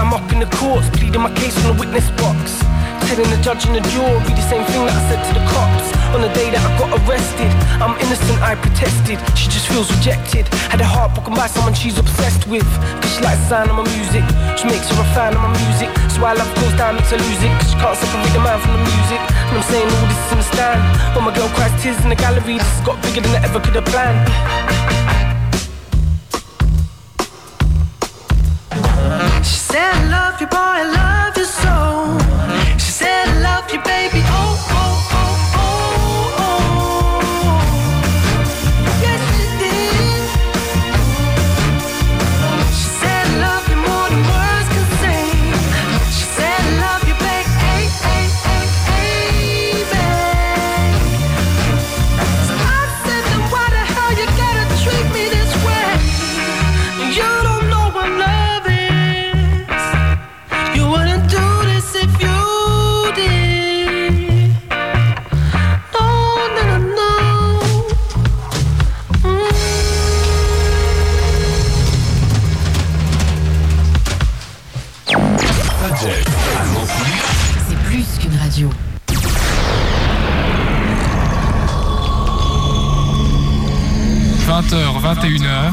E: Oh,
L: walking the courts, pleading my case from the witness box. Telling the judge and the jury the same thing that I said to the cops. On the day that I got arrested, I'm innocent, I protested. She just feels rejected. Had a heart broken by someone she's obsessed with. Cause she likes the sound of my music. She makes her a fan of my music. So I love goes down, makes her lose it. Cause she can't separate the man from the music. And I'm saying all this in the stand. When my girl cries tears in the gallery, this has got bigger than I ever could have planned.
K: She said, I love you, boy, I love you so. She said, I love you, baby. Oh, oh, oh, oh, oh. Yes, she did. She said, I love you more than words can say. She said, I love you, babe. Hey, hey, hey, hey, babe. So I said, then why the hell you gotta treat me this way? You don't know what love is. You wouldn't do this if you did. No, no, no, no.
M: C'est plus qu'une radio.
B: h 21h,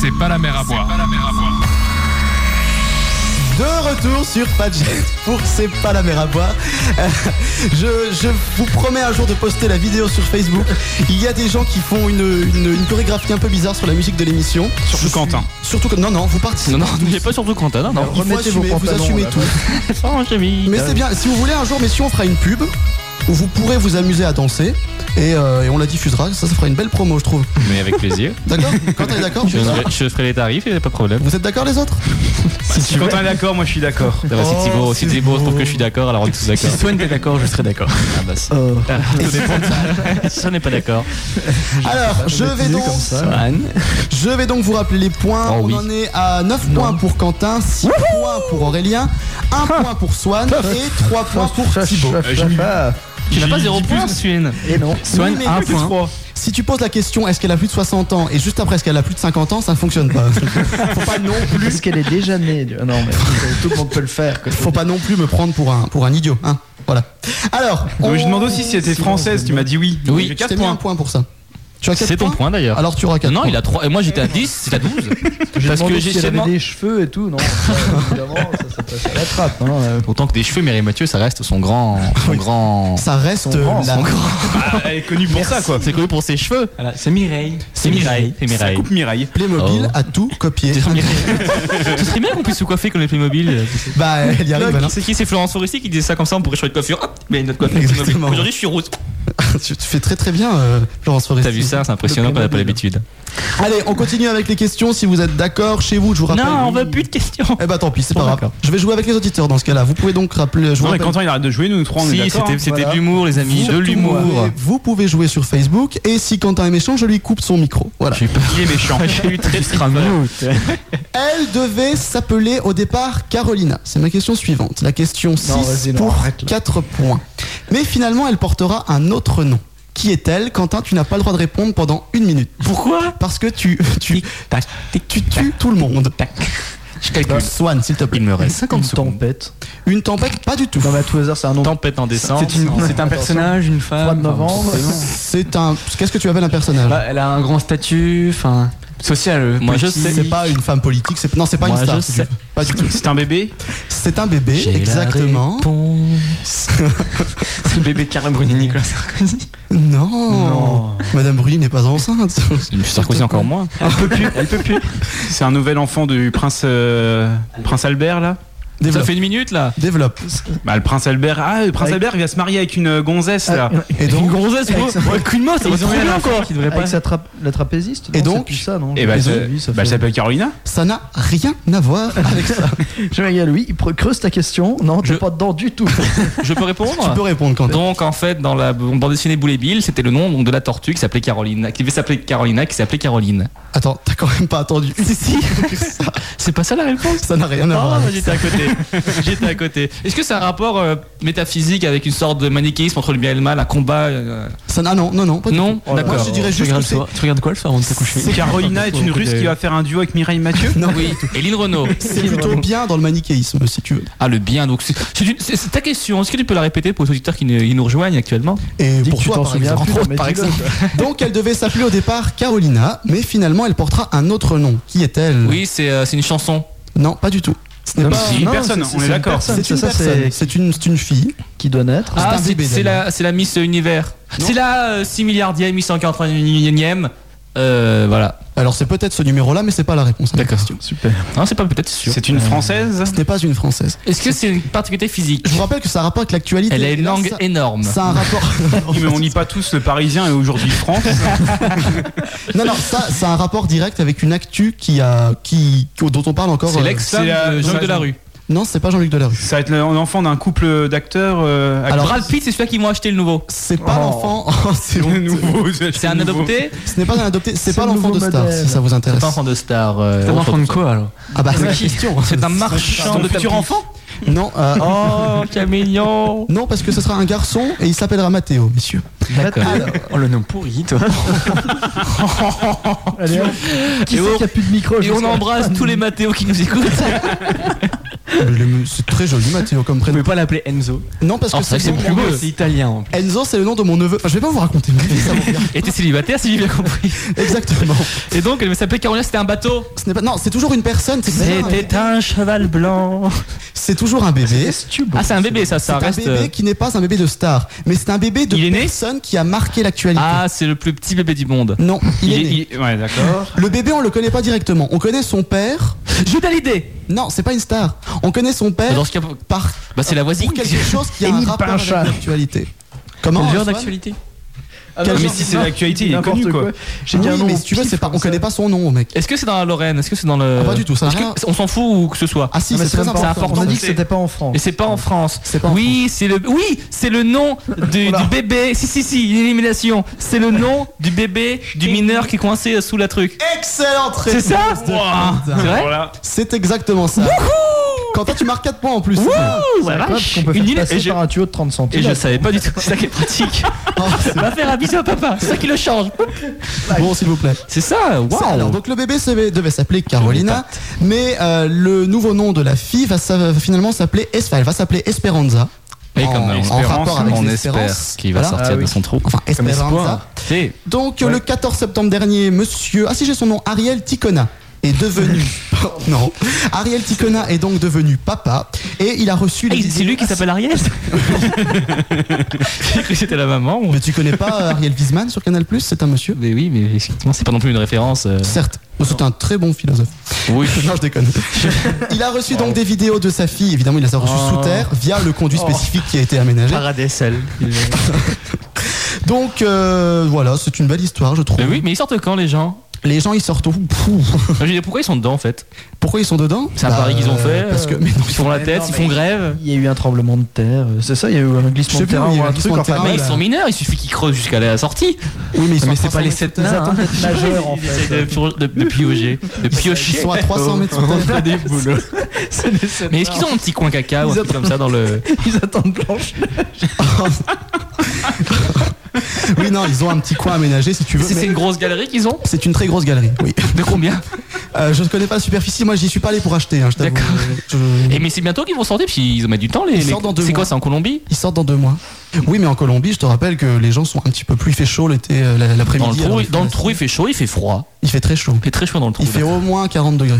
B: c'est pas la mer à boire.
C: De retour sur Padgett pour C'est pas la mer à boire. Euh, je, je vous promets un jour de poster la vidéo sur Facebook. Il y a des gens qui font une, une- une chorégraphie un peu bizarre sur la musique de l'émission. Surtout Quentin. Surtout que. Non, non, vous participez.
D: Non, non, il est pas surtout Quentin, non, non.
C: Il faut assumer, vous assumez tout. Mais c'est bien, si vous voulez un jour, messieurs, on fera une pub où vous pourrez vous amuser à danser et, euh, et on la diffusera. Ça, ça fera une belle promo, je trouve.
D: Mais avec plaisir.
C: D'accord Quentin est d'accord
D: je, ferai, je ferai les tarifs, et pas de problème.
C: Vous êtes d'accord les autres
D: Si
F: Si Quentin est d'accord, moi je suis d'accord.
D: Ah bah, si Thibaut,
E: Oh,
D: si Thibaut trouve que je suis d'accord, alors on est tous d'accord.
I: Si Swan est d'accord, je serai d'accord.
D: Ah bah si.
C: Euh,
D: Si on n'est pas d'accord.
C: Alors, je vais donc. Je vais donc vous rappeler les points.
D: Oh
C: On
D: oui.
C: en est à 9 points pour Quentin, 6 points pour Aurélien, 1 point pour Swan et 3 points pour Thibaut.
D: Tu n'as pas zéro point, Swan.
C: Et non.
D: Swan,
C: Oui, mais
D: un
C: plus
D: point.
C: trois. Si tu poses la question est-ce qu'elle a plus de 60 ans et juste après est-ce qu'elle a plus de 50 ans, ça ne fonctionne pas. Faut pas non plus.
E: Parce qu'elle est déjà née. Dieu. Non, mais tout le monde peut le faire. quoi.
C: Faut pas non plus me prendre pour un, pour un idiot. Hein. Voilà. Alors.
F: Donc, je demande aussi si elle était française, tu m'as dit oui. Donc,
C: Oui, je
F: j'ai quatre
C: t'ai mis
F: points.
C: un point pour ça. Tu as quatre
D: C'est ton point d'ailleurs.
C: Alors tu auras 4
D: Non,
C: points.
D: il a 3. Et moi j'étais à 10, c'est à 12.
E: J'ai
D: Parce que j'ai
E: demandé si elle
D: essayé
E: avait
D: de-
E: des cheveux et tout. Non, ça, évidemment, ça, ça passe à la trappe. hein.
D: Autant que des cheveux, Mireille Mathieu, ça reste son grand. Son grand...
C: Ça reste
D: son grand.
C: la-
D: son grand-
F: Elle est connue pour ça, quoi.
D: C'est connu pour ses cheveux.
I: c'est Mireille.
D: C'est Mireille. C'est
F: Ça
D: Mireille.
F: coupe Mireille.
C: Playmobil
D: Oh.
C: a tout copié.
D: Ce serait bien qu'on puisse se coiffer comme les Playmobil. euh, tu sais.
C: Bah, elle y arrive,
D: Non,
C: Alain.
D: C'est qui C'est Florence Foresti qui disait ça comme ça, on pourrait changer de coiffure. Hop, mais une autre coiffure.
C: Exactement.
D: Playmobil. Aujourd'hui je suis rose.
C: tu te fais très très bien, euh, Florence Foresti.
D: T'as vu ça C'est impressionnant qu'on n'a pas l'habitude.
C: Allez, on continue avec les questions si vous êtes d'accord chez vous, je vous rappelle.
D: Non, on veut plus de questions.
C: Eh bah tant pis, c'est pas grave. Je vais jouer avec les auditeurs dans ce cas-là. Vous pouvez donc rappeler. Je vous
F: Non, mais
C: rappelle-
F: Quentin il arrête de jouer, nous trois on est
D: Si,
F: d'accord.
D: c'était
F: hein.
D: c'était
F: Voilà.
D: de l'humour, les amis.
C: Surtout,
D: de
C: vous
D: l'humour.
C: pouvez- Vous pouvez jouer sur Facebook et si Quentin est méchant, je lui coupe son micro. Voilà.
F: Il est méchant.
D: J'ai eu très très
C: Elle devait s'appeler au départ Carolina. C'est ma question suivante. La question 6
E: vas-y, non,
C: pour
E: arrête, là.
C: 4 points. Mais finalement, elle portera un autre nom. Qui est-elle Quentin, tu n'as pas le droit de répondre pendant une minute.
D: Pourquoi
C: Parce que tu, tu, tu tues tout le monde.
D: Je calcule.
C: Swan, s'il te plaît.
D: Il me reste
E: Une
D: 50 secondes.
E: tempête.
C: Une tempête Pas du tout.
E: Non, mais à tous les heures, c'est un nom.
D: Tempête en descente.
I: C'est une- c'est un
E: Attention.
I: personnage, une femme.
E: 3 de
I: enfin,
E: novembre.
I: forcément.
C: C'est un. Qu'est-ce que tu appelles un personnage
I: Bah, elle a un grand statut, enfin, social. euh,
D: Moi, je
I: petit.
D: sais.
C: C'est pas une femme politique. C'est non, c'est pas
D: Moi,
C: une star.
D: je
C: c'est
D: sais.
C: du- Pas du tout.
F: C'est un bébé
C: C'est un bébé,
I: J'ai la
C: exactement.
I: réponse. c'est le bébé de Carla Bruni, Nicolas Sarkozy.
C: Non. Madame Bruni n'est pas enceinte.
D: Sarkozy encore moins.
F: Elle peut plus, elle peut plus. C'est un nouvel enfant du prince, euh, prince Albert là
D: Ça
C: Développe.
D: fait une minute là.
C: Développe.
F: Bah le prince Albert, ah le prince
E: Avec-
F: Albert il va se marier avec une euh, gonzesse là.
C: Et donc,
D: grossesse,
E: gros.
D: Un coup de main, ça va trop bien quoi.
I: Qui devrait
E: Avec
I: pas.
E: sa trappe- Ah, la trapéziste
C: Et
E: non,
C: donc
E: c'est plus ça, non
F: Et bah,
E: Ils ont
F: euh,
E: vu, ça
F: bah, elle
E: fait-
F: s'appelle Carolina
C: ça n'a rien à voir
D: Ah,
C: avec ça.
E: Jean-Miguel, oui, il pre- creuse ta question. Non,
D: Je-
E: t'es pas dedans du tout.
D: Je
C: Tu
D: peux
C: peux
D: répondre
C: répondre, Quentin.
D: donc en fait dans la bande dessinée Boule et Bill c'était le nom donc, de la tortue qui s'appelait Caroline qui devait s'appeler Carolina qui s'appelait Caroline
C: Attends, t'as quand même pas attendu.
D: si c'est pas ça la réponse
C: Ça n'a rien à voir. avec
D: Ah,
F: Oh,
D: j'étais à côté J'étais à côté. Est-ce que c'est un rapport euh, métaphysique avec une sorte de manichéisme entre le bien et le mal, un combat euh,
C: Ça, ah non, non, non. pas du
D: Non, Oh,
C: tout. Moi, je dirais juste que c'est-
I: Tu regardes quoi le soir avant de te coucher
F: C'est Carolina est une russe qui va faire un duo avec Mireille Mathieu
C: Non.
D: Oui, et Lynn Renault.
C: C'est plutôt bien dans le manichéisme, si tu veux.
D: Ah, le bien, donc c'est- c'est une- c'est- c'est ta question. Est-ce que tu peux la répéter pour les auditeurs qui nous, qui nous rejoignent actuellement
C: Et
D: Dis
C: pour
D: que tu
C: toi,
D: t'en
C: par
D: souviens
C: exemple.
D: plus,
C: Entre autres,
D: mais
C: par
D: dis-le,
C: exemple. Donc, elle devait s'appeler au départ Carolina, mais finalement, elle portera un autre nom. Qui est-elle
D: Oui, c'est euh, c'est une chanson.
C: Non, pas du tout. Ce n'est
D: Non,
F: Bah,
C: pas-
D: c'est une
C: non,
D: personne,
C: c'est-
D: on est
C: c'est une
D: d'accord.
C: personne, C'est
D: C'est
C: une
D: ça, c'est-
C: personne. C'est une, c'est une fille.
E: Qui doit naître
D: Ah, c'est- c'est
C: d'ailleurs.
D: la, c'est la Miss Univers. C'est la euh, 6 milliardième, 841e. Euh, voilà.
C: Alors, c'est peut-être ce numéro-là, mais c'est pas la réponse. D'accord.
E: Super.
D: Non, c'est pas peut-être sûr.
F: C'est une Française
C: Ce n'est pas une Française.
D: Est-ce que c'est une particularité physique
C: Je vous rappelle que ça a rapport avec l'actualité.
D: Elle a une
C: Et là,
D: langue
C: ça-
D: énorme.
C: Ça a un rapport.
F: Oui, mais on lit pas tous le Parisien et aujourd'hui France.
C: Non, non, ça, ça a un rapport direct avec une actu qui a, qui, dont on parle encore.
D: C'est
C: euh,
D: l'ex-femme
F: c'est la-
D: de Jean-Luc
F: ça-
D: Delarue.
C: Non, c'est pas Jean-Luc Delarue.
F: Ça va être l'enfant d'un couple d'acteurs. euh,
D: Alors,
F: actrices.
D: Brad Pitt, c'est celui qui m'ont acheté le nouveau.
C: C'est pas l'enfant. Oh, c'est
F: Le
C: honteux.
F: nouveau,
D: C'est un
F: le nouveau.
D: adopté
C: Ce n'est pas un adopté. C'est
E: C'est
C: pas
E: le
C: l'enfant de
E: nouveau
C: Star,
E: modèle.
C: si ça vous
D: C'est
C: intéresse.
D: un enfant de star. euh,
I: T'as un
D: autre
I: enfant de
D: chose.
I: quoi alors
C: Ah bah c'est
D: C'est
C: la
D: qui
C: question.
D: C'est un marchand
F: Ton
D: de
F: futur
D: tapis.
F: enfant
C: Non. euh,
D: Oh, quel mignon
C: Non, parce que ce sera un garçon et il s'appellera Mathéo, messieurs.
D: D'accord.
I: Oh le nom pourri toi
E: Allez, hop. qui
D: Et
E: c'est
D: on-
E: qui a plus de micro
D: Et on embrasse tous les Mathéos qui nous écoutent.
C: Mais le- C'est très joli, Mathéo, comme
I: Vous
C: prénom.
I: pouvez pas l'appeler Enzo.
C: Non, parce que
D: Oh, ça,
C: c'est
D: c'est
C: le nom-
D: plus beau.
I: C'est italien en plus.
C: Enzo, c'est le nom de mon neveu. Enfin, je vais pas vous raconter. mais ça vous regarde.
D: Et t'es célibataire, si j'ai bien compris.
C: Exactement.
D: Et donc, elle s'appelait Carolina, c'était un bateau.
C: Ce n'est pas. Non, c'est toujours une personne. c'est-
D: un cheval blanc.
C: C'est toujours un bébé.
D: Ah, c'est un bébé, ça,
C: C'est
D: ça
C: un
D: reste. euh,
C: bébé qui n'est pas un bébé de star, mais c'est un bébé de
D: Il est né
C: personne qui a marqué l'actualité.
D: Ah, c'est le plus petit bébé du monde.
C: Non, il, est né.
F: Il- il- Ouais, d'accord.
C: Le bébé, on le connaît pas directement. On connaît son père.
D: Judas Lidé
C: Non, c'est pas une star. On connaît son père
D: Dans ce cas, bah,
C: par
D: c'est la voisine.
C: Eh, pour quelque chose qui a un
E: Émile
C: rapport avec
E: Pinchard.
C: l'actualité. Comment
I: Le genre
C: Antoine
I: d'actualité.
F: Ah, mais si c'est l'actualité, il est
E: N'importe
F: connu quoi.
E: quoi. J'ai dit
C: Oui,
E: un nom
C: mais
E: au
C: si tu veux,
E: pif
C: c'est pas. On
E: comme ça.
C: connaît pas son nom, mec.
D: Est-ce que c'est dans la Lorraine Est-ce que c'est dans le.
C: Ah, pas du tout, ça a
D: Euh, Est-ce que-
C: rien-
D: On s'en fout ou que ce soit
C: Ah si,
E: Non, mais
C: c'est très
E: même pas en
C: important.
E: France.
D: important.
E: On a dit que c'était pas en France.
D: Et c'est pas en France.
C: C'est pas en
D: oui, c'est le oui, c'est le nom du, du bébé. Si si si, une élimination. C'est le nom du bébé du mineur qui est coincé sous la truc.
C: Excellent
D: C'est ça C'est vrai
F: Voilà.
C: C'est exactement ça. Quentin, tu marques 4 points en plus.
D: Ouh, la
E: Incroyable
D: vache.
E: qu'on peut
D: Une
E: faire
D: île-
E: passer
D: et je-
E: par un tuyau de 30
D: Et
E: centimes.
D: je savais pas du tout, c'est ça qui est pratique. Va faire un bisou à papa, c'est ça qui le change.
C: Bon, s'il vous plaît.
D: C'est ça,
C: Ça, alors,
D: waouh
C: donc le bébé se- devait s'appeler Carolina, mais euh, le nouveau nom de la fille va sa- finalement s'appeler Espa- elle va s'appeler Esperanza.
D: Et
C: en,
D: comme
C: en rapport avec
D: on espère
C: l'espérance.
D: qu'il va
C: Voilà.
D: sortir
E: Ah
D: de
E: oui.
D: son trou.
C: Enfin, Esperanza.
D: espoir. C'est
C: Donc le 14 septembre dernier, monsieur, ah si j'ai son nom, Ariel Ticona est devenu non Ariel Ticona est donc devenu papa et il a reçu
D: Ah,
C: les-
D: c'est lui qui s'appelle Ariel J'ai cru que c'était la maman. ou-
C: mais tu connais pas euh, Ariel Wiesman sur Canal Plus c'est un monsieur
D: Mais oui, mais effectivement, c'est pas non plus une référence. euh.
C: certes Oh, c'est un très bon philosophe
D: Oui.
C: non je déconne il a reçu donc des vidéos de sa fille évidemment il les a reçues
D: Oh.
C: sous terre via le conduit spécifique qui a été aménagé
E: Paradesel.
C: donc euh, voilà c'est une belle histoire je trouve
D: Mais oui, mais ils sortent quand les gens
C: les gens ils sortent au Pouf.
D: Moi, Je dis pourquoi ils sont dedans en fait
C: pourquoi ils sont dedans
D: C'est un
C: Bah,
D: pari qu'ils ont fait.
C: parce que
D: euh,
C: mais non
D: ils font la
E: mais
D: tête,
E: non,
D: ils
E: mais-
D: font grève.
E: Il y a eu un tremblement de terre. euh, C'est ça, il y a eu un glissement
C: Je sais
E: de
C: plus,
E: terrain
C: il y a
E: ou
F: hein.
C: eu un
E: un
C: glissement
E: truc.
C: de
E: Enfin,
C: terrain,
D: Ah, Mais
E: bref,
C: là.
D: ils sont mineurs, il suffit qu'ils creusent jusqu'à la sortie.
C: oui mais ils sont
I: Mais
C: à
I: c'est pas
C: 300
I: les
C: mètres
I: sept
C: sous terre.
I: nains. hein.
C: Ah,
E: ils nageurs, en
D: Ils
E: fait.
D: essayent de, pio- de- de piocher. De
C: Ils
D: piocher.
C: sont à 300 mètres sous terre.
D: des boulots. Mais est-ce qu'ils ont un petit coin caca ou un truc comme ça dans le.
E: Ils attendent Blanche.
C: Oui, non, ils ont un petit coin aménagé si tu veux.
D: C'est c'est
C: mais
D: une grosse galerie qu'ils ont
C: C'est une très grosse galerie, oui.
D: De combien
C: Euh, je ne connais pas la superficie, moi j'y suis pas allé pour acheter, hein, je t'avoue.
D: D'accord.
C: Je-
D: Et Eh, mais c'est bientôt qu'ils vont sortir, puis ils ont mis du temps les.
C: Ils
D: les-
C: sortent dans deux
D: C'est
C: mois.
D: quoi, c'est en Colombie
C: Ils sortent dans deux mois. Oui, mais en Colombie, je te rappelle que les gens sont un petit peu plus. Il fait chaud l'été, euh, la-
D: Dans le
C: l'après-midi.
D: trou,
C: alors
D: il-
C: il
D: dans le
C: fait-
D: trou, il fait chaud, il fait froid.
C: Il fait très chaud.
D: Il fait très chaud dans le trou.
C: Il fait au moins 40 degrés.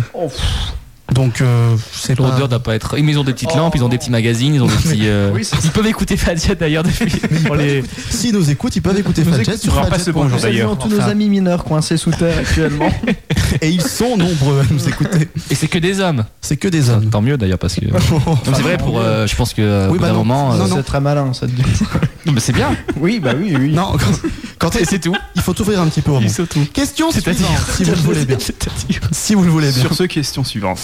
C: Donc, euh, c'est pas.
D: L'odeur doit pas être. Mais ils ont des petites lampes, ils ont des petits magazines, ils ont des petits. euh, Ils peuvent écouter Fadia d'ailleurs depuis. on les-
C: S'ils nous écoutent, ils peuvent écouter Fadjet sur
F: On leur passe
C: Fadjet
F: le bonjour,
C: point net.
F: D'ailleurs,
E: Saluons tous nos amis mineurs coincés sous terre actuellement.
C: Et ils sont nombreux à nous écouter.
D: Et c'est que des hommes.
C: C'est que des hommes.
D: Tant mieux d'ailleurs parce que. Non, mais c'est vrai pour. euh, je pense que. euh, au
C: Oui,
D: bout
C: bah
D: d'un
C: non.
D: moment. euh,
C: Non, non.
E: C'est très malin, ça. te dit.
D: non, mais c'est bien.
E: Oui, bah oui, oui.
C: Non, quand, quand t'es-
D: C'est tout.
C: il faut t'ouvrir un petit peu au monde.
D: tout.
C: Question
D: C'est-à-dire-
C: suivante, si vous le voulez bien. Si vous le voulez bien.
F: Sur ce, question suivante.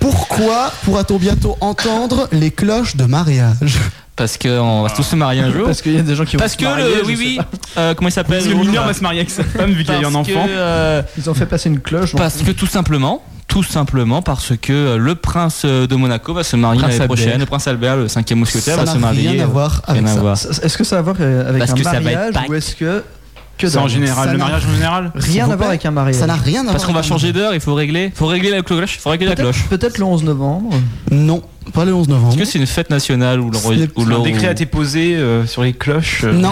C: Pourquoi pourra-t-on bientôt entendre les cloches de mariage
D: Parce que on va tous se marier un jour.
E: Parce qu'il y a des gens qui ont
D: Parce que
E: mariés,
D: le.
E: je
D: Oui,
E: sais
D: oui.
E: pas.
D: euh, Comment il s'appelle
F: Parce que le mineur va se marier avec sa femme vu qu'il y a eu un
D: Parce que,
F: enfant.
D: euh,
E: Ils ont fait passer une cloche. donc-
D: Parce que tout simplement, Tout simplement parce que euh, le prince euh, de Monaco va se marier
E: Prince
D: l'année
E: Albert.
D: prochaine. Le prince Albert, le cinquième mousquetaire, va se marier. euh, rien à voir.
E: Est-ce que ça a à voir euh, avec
D: Parce
E: un
D: que ça va être
E: mariage
D: Pâques.
E: ou est-ce que que
D: C'est en
E: dalle.
D: général,
E: Ça
D: le
E: n'a
D: mariage en général S'il
E: Rien
D: vous
E: à voir
D: plaît.
E: avec un mariage.
D: Ça n'a rien à Parce qu'on va changer d'heure, il faut régler, faut régler la cloche. Faut régler la
E: Peut-être-
D: cloche.
E: Peut-être le 11 novembre.
C: Non, pas le 11 novembre.
D: Est-ce que c'est une fête nationale ou
C: Ce n'est-
F: Un décret a été posé euh, sur les cloches. euh,
C: Non.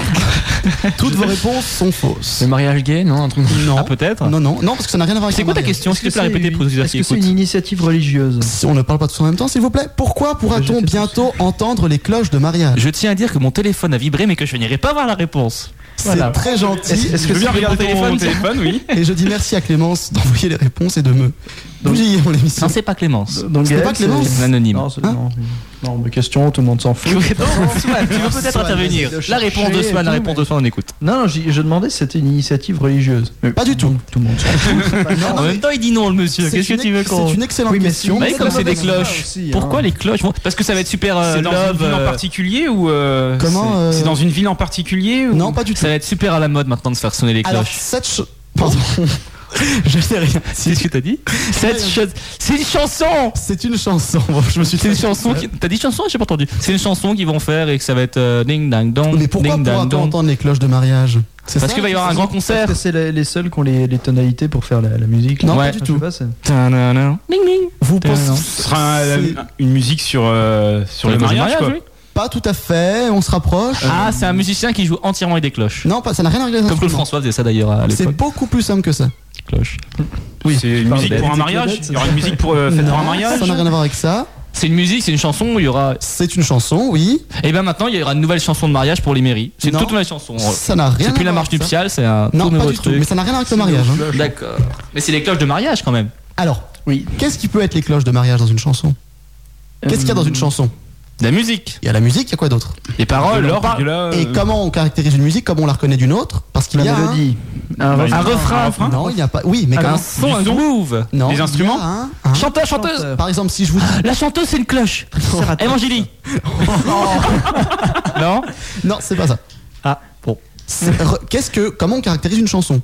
C: Toutes vos réponses sont fausses. Le
I: mariage gay, non
C: Non.
D: Ah, peut-être
C: Non, non, non, parce que ça n'a rien à voir avec
D: C'est
C: un
D: quoi ta
C: mariage.
D: question, s'il te plaît, répétez pour les auditeurs
E: Est-ce
D: qui
E: que c'est
D: écoutent
E: une initiative religieuse
C: Si on ne parle pas tous en même temps, s'il vous plaît, pourquoi pourra-t-on bientôt entendre les cloches de mariage
D: Je tiens à dire que mon téléphone a vibré, mais que je n'irai pas voir la réponse.
C: C'est très gentil.
D: Je veux bien regarder mon téléphone, oui.
C: Et je dis merci à Clémence d'envoyer les réponses et de me bousiller mon émission.
D: Non, c'est pas Clémence.
E: Donc,
C: C'est
E: Gaël,
C: pas Clémence
E: c'est-
D: Anonyme.
E: Non, c'est- non, Hein non, mais question, tout le monde s'en fout.
D: Non, Swan, tu veux peut-être
E: Swan,
D: intervenir.
E: vas-y,
D: La réponse de
E: chercher
D: Swan,
E: et
D: la
E: tout,
D: réponse de Swan, on écoute.
E: Non, non, j'ai- je demandais si c'était une initiative religieuse.
C: pas du tout.
E: Tout le monde s'en fout. c'est pas-
D: En même temps, il dit non, le monsieur.
E: C'est
D: Qu'est-ce que
E: une-
D: Ah tu veux qu'on.
E: c'est une excellente
D: Oui, mais
E: question.
D: vous voyez comme c'est des
E: Excellente
D: cloches.
E: question aussi, hein.
D: Pourquoi les cloches Bon, Parce que ça va être super euh,
F: C'est dans une
D: love.
F: ville en
D: euh,
F: particulier ou euh,
D: Comment,
F: c'est-
D: euh,
F: C'est dans une ville en particulier ou...
C: Non, pas du tout.
D: Ça va être super à la mode maintenant de se faire sonner les
C: Alors,
D: cloches.
C: cette cho- Pardon. je sais rien.
D: C'est ce que t'as dit Cette chose. C'est une chanson
C: C'est une chanson. Bon, je me suis
D: C'est une chanson qui. T'as dit chanson J'ai pas entendu. C'est une chanson qu'ils vont faire et que ça va être euh, ding dang dong.
C: Mais pourquoi
D: ding dang
C: pourra-t-on
D: dong.
C: entendre les cloches de mariage C'est
D: Parce
C: ça
D: qu'il va y avoir un grand concert.
E: Parce que c'est les, les seuls qui ont les, les tonalités pour faire la, la musique.
C: Non,
E: là.
C: pas
E: Ouais.
C: du
E: Je
C: tout.
E: sais pas, c'est-
D: Ta-na-na. Ding ding.
C: Vous
D: Ta-na-na.
C: pensez.
F: Ce sera un-
C: C'est-
F: une musique sur, euh, sur le
D: le
F: mariage,
D: Bah, mariage,
F: quoi. Euh.
D: oui.
C: Pas tout à fait, on se rapproche.
D: Ah, c'est un musicien qui joue entièrement avec des cloches.
C: Non, pas, ça n'a rien à voir avec les
D: Comme Claude
C: instruments.
D: François faisait ça d'ailleurs à
C: C'est Euh,
D: l'époque.
C: beaucoup plus simple que ça.
D: Cloche.
C: Oui.
F: C'est une musique
D: Pardon.
F: pour un mariage Il y aura une musique pour euh, fête pour un
C: Non,
F: mariage
C: Ça n'a rien à voir avec ça.
D: C'est une musique, c'est une chanson, il y aura.
C: C'est une chanson, oui.
D: Et bien maintenant, il y aura une nouvelle chanson de mariage pour les mairies. C'est une
C: Non.
D: toute nouvelle chanson.
C: Ça n'a rien
D: C'est plus
C: à
D: la
C: voir
D: marche
C: avec ça.
D: nuptiale, c'est un
C: Non,
D: tout
C: pas
D: nouveau
C: du tout.
D: truc.
C: Mais ça n'a rien à voir avec le mariage. hein.
D: D'accord. Mais c'est les cloches de mariage quand même.
C: Alors,
E: Oui.
C: qu'est-ce qui peut être les cloches de mariage dans une chanson Qu'est-ce qu'il y a dans une chanson
D: De la musique,
C: Il y a la musique, il y a quoi d'autre
D: les paroles,
F: De
D: l'or.
F: l'orgue, là, euh,
C: Et comment on caractérise une musique Comment on la reconnaît d'une autre Parce qu'il y
E: La
C: a un...
E: mélodie. Un
F: bah,
E: refrain.
D: Un refrain,
C: Non, il n'y a pas. Oui, mais
D: un
C: comment
D: son, un
F: Du son.
D: groove.
C: Non.
F: Des
C: il y a
F: instruments
C: un- un- Euh,
D: Chanteur, chanteuse.
E: Chanteur.
C: Par exemple, si je vous dis.
D: La chanteuse, c'est une cloche.
E: Serato.
D: Évangélie. non
C: Non, c'est pas ça.
D: Ah, bon.
C: C'est- re- Qu'est-ce que comment on caractérise une chanson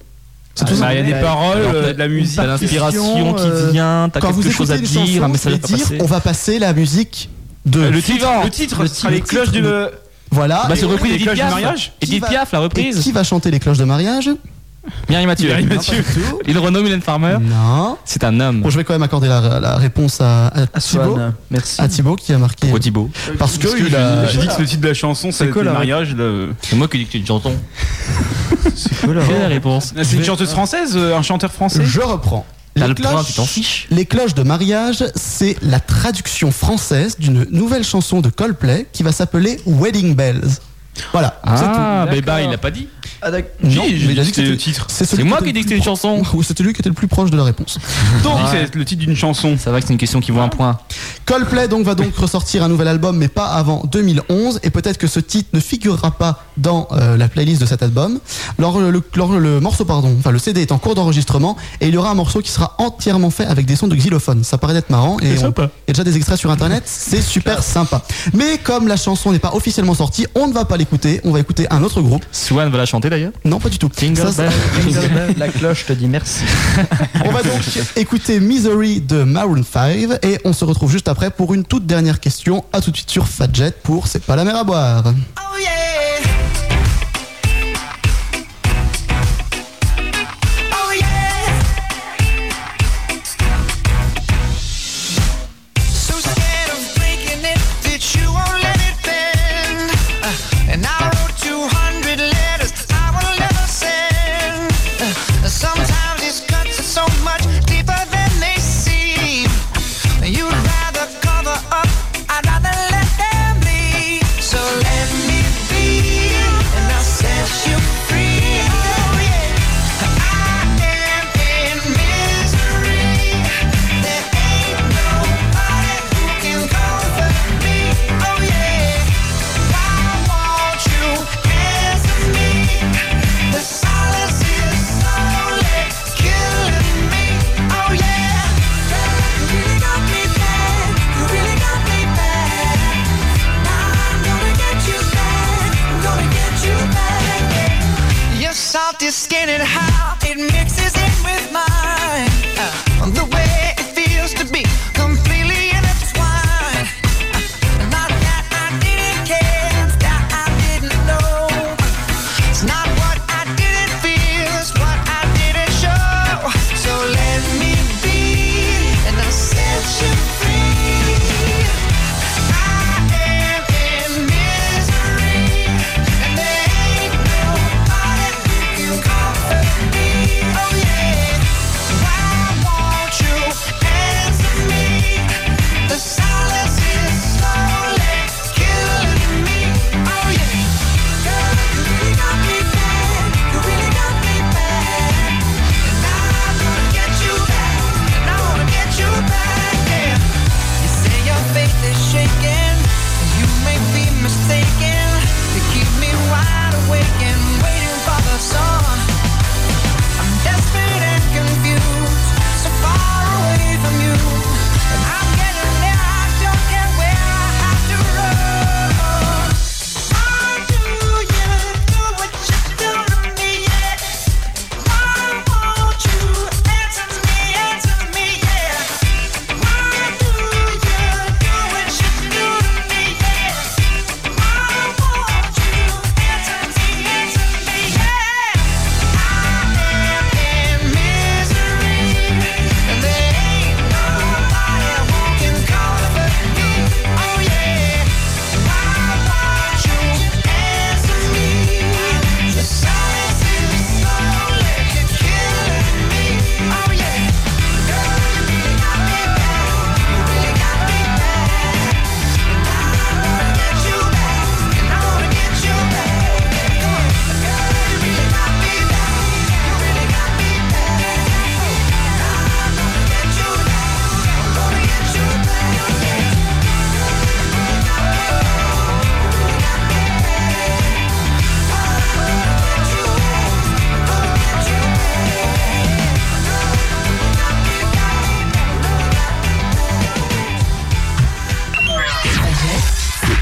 C: C'est tout
F: bah,
C: ça.
F: Il y a des
E: Ouais.
F: paroles,
D: Alors,
F: euh, de la musique.
D: T'as l'inspiration qui
E: euh,
D: vient, t'as
C: Quand vous
D: quelque
C: écoutez
D: chose à
C: une
D: dire,
C: chanson,
D: un
C: vous
D: message à
C: allez dire,
D: passer. Euh,
C: on va passer la musique de.
D: Le suivant.
F: Le titre,
C: Le
F: ce sera les
C: titre,
F: cloches
C: le-
F: de le-
C: Voilà.
D: Bah, c'est
C: Et-
D: repris
F: les
D: d'Edith
F: cloches de
D: Piaf.
F: mariage
D: Edith
C: va-
D: Piaf, la
C: et
D: reprise.
C: qui va chanter les cloches de mariage
D: Mireille Mathieu.
F: Mireille Mathieu.
D: Il renomme Mylène Farmer.
C: Non.
D: C'est un homme.
C: Bon, je vais quand même accorder la, la réponse à, à
E: À Swan.
C: Thibaut.
E: Merci.
C: À Thibaut qui a marqué.
D: Au Thibaut.
C: Parce que
F: Parce que
C: il a-
F: J'ai dit que le titre de la chanson, Euh, c'est
E: quoi,
F: le
E: la-
F: mariage. le-
D: C'est moi qui dis que tu es une chanson.
E: Voilà.
D: Quelle est la réponse
F: Ah, C'est une chanteuse française, euh, un chanteur français
C: Je reprends.
D: T'as
C: Les
D: le point,
C: cloches-
D: tu t'en fiches.
C: Les cloches de mariage, c'est la traduction française d'une nouvelle chanson de Coldplay qui va s'appeler Wedding Bells. Voilà,
D: Ah,
E: tout.
D: Beba, il
E: D'accord.
D: l'a pas dit.
E: Ah, d'accord.
C: c'est tout. Non,
F: j'ai
C: mais il a dit que
F: dit que c'était
C: c'était-
F: le titre.
C: celui
D: C'est moi qui
C: était
D: ai dit
C: le
D: que c'était
C: plus
D: une chanson.
C: pro- Ou c'était lui qui était le plus proche de la réponse.
F: Donc, c'est le titre d'une chanson.
D: Ça va que c'est une question qui vaut un point.
C: Coldplay donc va donc ressortir un nouvel album, mais pas avant 2011. Et peut-être que ce titre ne figurera pas dans euh, la playlist de cet album. L'or- le, l'or- le morceau, pardon, enfin le CD est en cours d'enregistrement et il y aura un morceau qui sera entièrement fait avec des sons de xylophone. Ça paraît d'être marrant et on- il y a déjà des extraits sur internet. C'est super sympa. Mais comme la chanson n'est pas officiellement sortie, on ne va pas l'écouter. On va écouter un autre groupe.
D: Swan va la chanter d'ailleurs.
C: Non, pas du tout.
D: Jingle
C: Ça, c'est-
D: bell.
E: La cloche te dit merci.
C: On va donc écouter Misery de Maroon 5 et on se retrouve juste après pour une toute dernière question. À tout de suite sur Fadjet pour C'est pas la mer à boire.
K: Oh yeah. Oh yeah. So scared of breaking it that you won't let it bend. Uh, and I wrote 200 letters I will never send. Uh, sometimes these cuts are so much deeper than they seem. You'd rather cover up, I'd rather let them be. So let me be Oh, Oh,
G: Uh,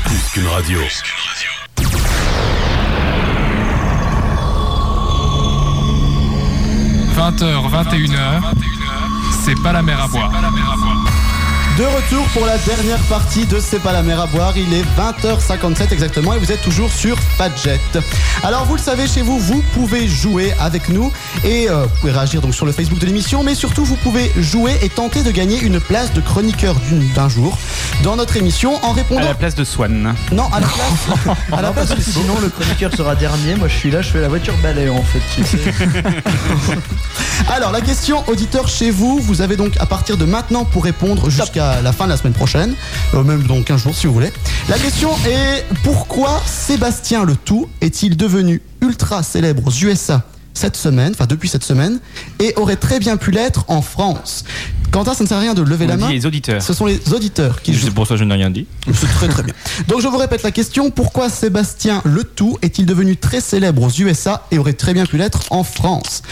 G: Oh,
H: qu'une radio.
B: h 21h, c'est pas la mer à boire.
C: De retour pour la dernière partie de C'est pas la mer à boire, il est 20h57 exactement et vous êtes toujours sur Padjet. Alors vous le savez chez vous, vous pouvez jouer avec nous et euh, vous pouvez réagir donc sur le Facebook de l'émission mais surtout vous pouvez jouer et tenter de gagner une place de chroniqueur d'une- d'un jour dans notre émission en répondant...
F: À la place de Swan.
C: Non, à la place, à la
E: Non,
C: place
E: parce que
C: de Thibaut.
E: sinon le chroniqueur sera dernier, moi je suis là, je fais la voiture balai en fait. tu sais.
C: Alors la question auditeur chez vous, vous avez donc à partir de maintenant pour répondre jusqu'à la fin de la semaine prochaine, euh, même dans 15 jours si vous voulez. La question est pourquoi Sébastien Le Tout est-il devenu ultra célèbre aux USA cette semaine, enfin depuis cette semaine, et aurait très bien pu l'être en France Quentin, ça ne sert à rien de lever
F: On
C: la
F: dit
C: main.
F: les auditeurs.
C: Ce sont les auditeurs qui jouent.
D: C'est pour ça que je n'ai rien dit.
C: C'est très très bien. Donc je vous répète la question, pourquoi Sébastien Le Tout est-il devenu très célèbre aux USA et aurait très bien pu l'être en France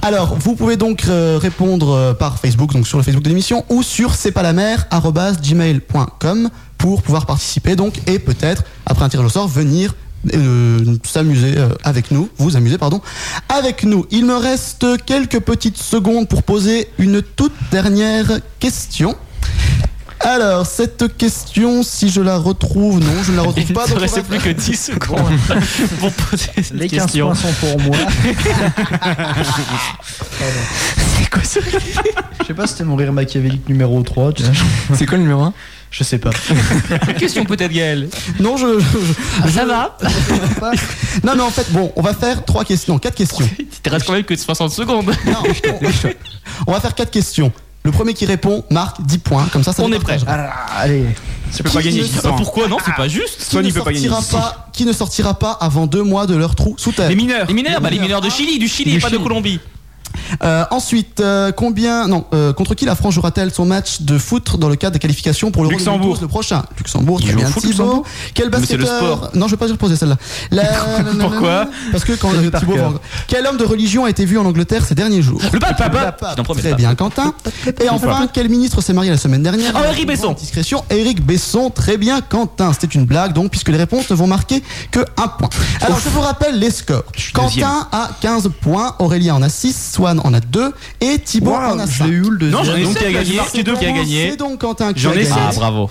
C: Alors, vous pouvez donc euh, répondre euh, par Facebook, donc sur le Facebook de l'émission, ou sur gmail.com pour pouvoir participer donc et peut-être, après un tirage au sort, venir euh, s'amuser euh, avec nous, vous amuser pardon, avec nous. Il me reste quelques petites secondes pour poser une toute dernière question. Alors, cette question, si je la retrouve, non, je ne la retrouve pas.
D: Il ne
C: donc on
D: restait
C: va-
D: plus que 10 secondes pour poser cette
E: Les 15
D: question.
E: points sont pour moi.
D: C'est quoi ce
E: Je sais pas, c'était mon rire machiavélique numéro 3. Tu sais.
I: C'est quoi le numéro 1
E: Je sais pas.
D: Question peut-être Gaël.
C: Non, je.
D: Ah, ça va
C: Non, mais en fait, bon, on va faire trois questions, quatre questions.
D: Il te reste quand même que 60 secondes.
C: Non, on va faire quatre questions. Le premier qui répond marque 10 points, comme ça, ça
D: On
C: nous
D: est prêt.
C: partagera.
E: allez.
F: Tu peux pas
C: Qui
F: gagner.
C: ne-
F: Attends.
D: Bah, Pourquoi non C'est pas juste.
C: Qui ne, sortira pas, qui ne sortira pas avant deux mois de leur trou sous terre
F: Les mineurs.
D: Les mineurs, bah les mineurs de Chili, du Chili,
C: Du
D: et pas de
C: Chili.
D: Colombie.
C: Euh, ensuite, euh, combien non euh, contre qui la France jouera-t-elle son match de foot dans le cadre des qualifications pour le
F: Luxembourg.
C: le prochain Luxembourg,
F: Ils
C: très
F: jouent
C: bien.
F: au foot,
C: Thibaut.
F: Luxembourg
C: Quel
F: Mais c'est le
C: basketteur
F: sport.
C: Non, je vais pas dire poser celle-là. La- la- la-
F: Pourquoi
C: la- Parce que quand
E: Salut,
C: Thibaut
E: Parker.
C: va- quel homme de religion a été vu en Angleterre ces derniers jours
D: Le pape,
C: Le
D: papa.
C: pape.
D: Je t'en promets,
C: Très
D: pape.
C: bien, Quentin. Et enfin, quel ministre s'est marié la semaine dernière
D: Oh, Éric Besson.
C: Discrétion. Éric Besson. Très bien, Quentin. C'était une blague, donc, puisque les réponses ne vont marquer que un point. Alors, je vous rappelle les scores. Quentin
F: deuxième.
C: a 15 points, Aurélien en a 6, Swan en a 2 et Thibaut en a
E: Waouh, je
C: 5.
E: l'ai eu le deuxième.
D: Non, j'en ai
F: Donc,
D: sept,
F: qui a
D: là,
F: gagné
D: j'ai marqué deux qui a
C: Donc,
D: gagné.
C: C'est donc Quentin qui
F: J'en
C: a
F: ai
C: gagné.
F: sept.
D: bravo.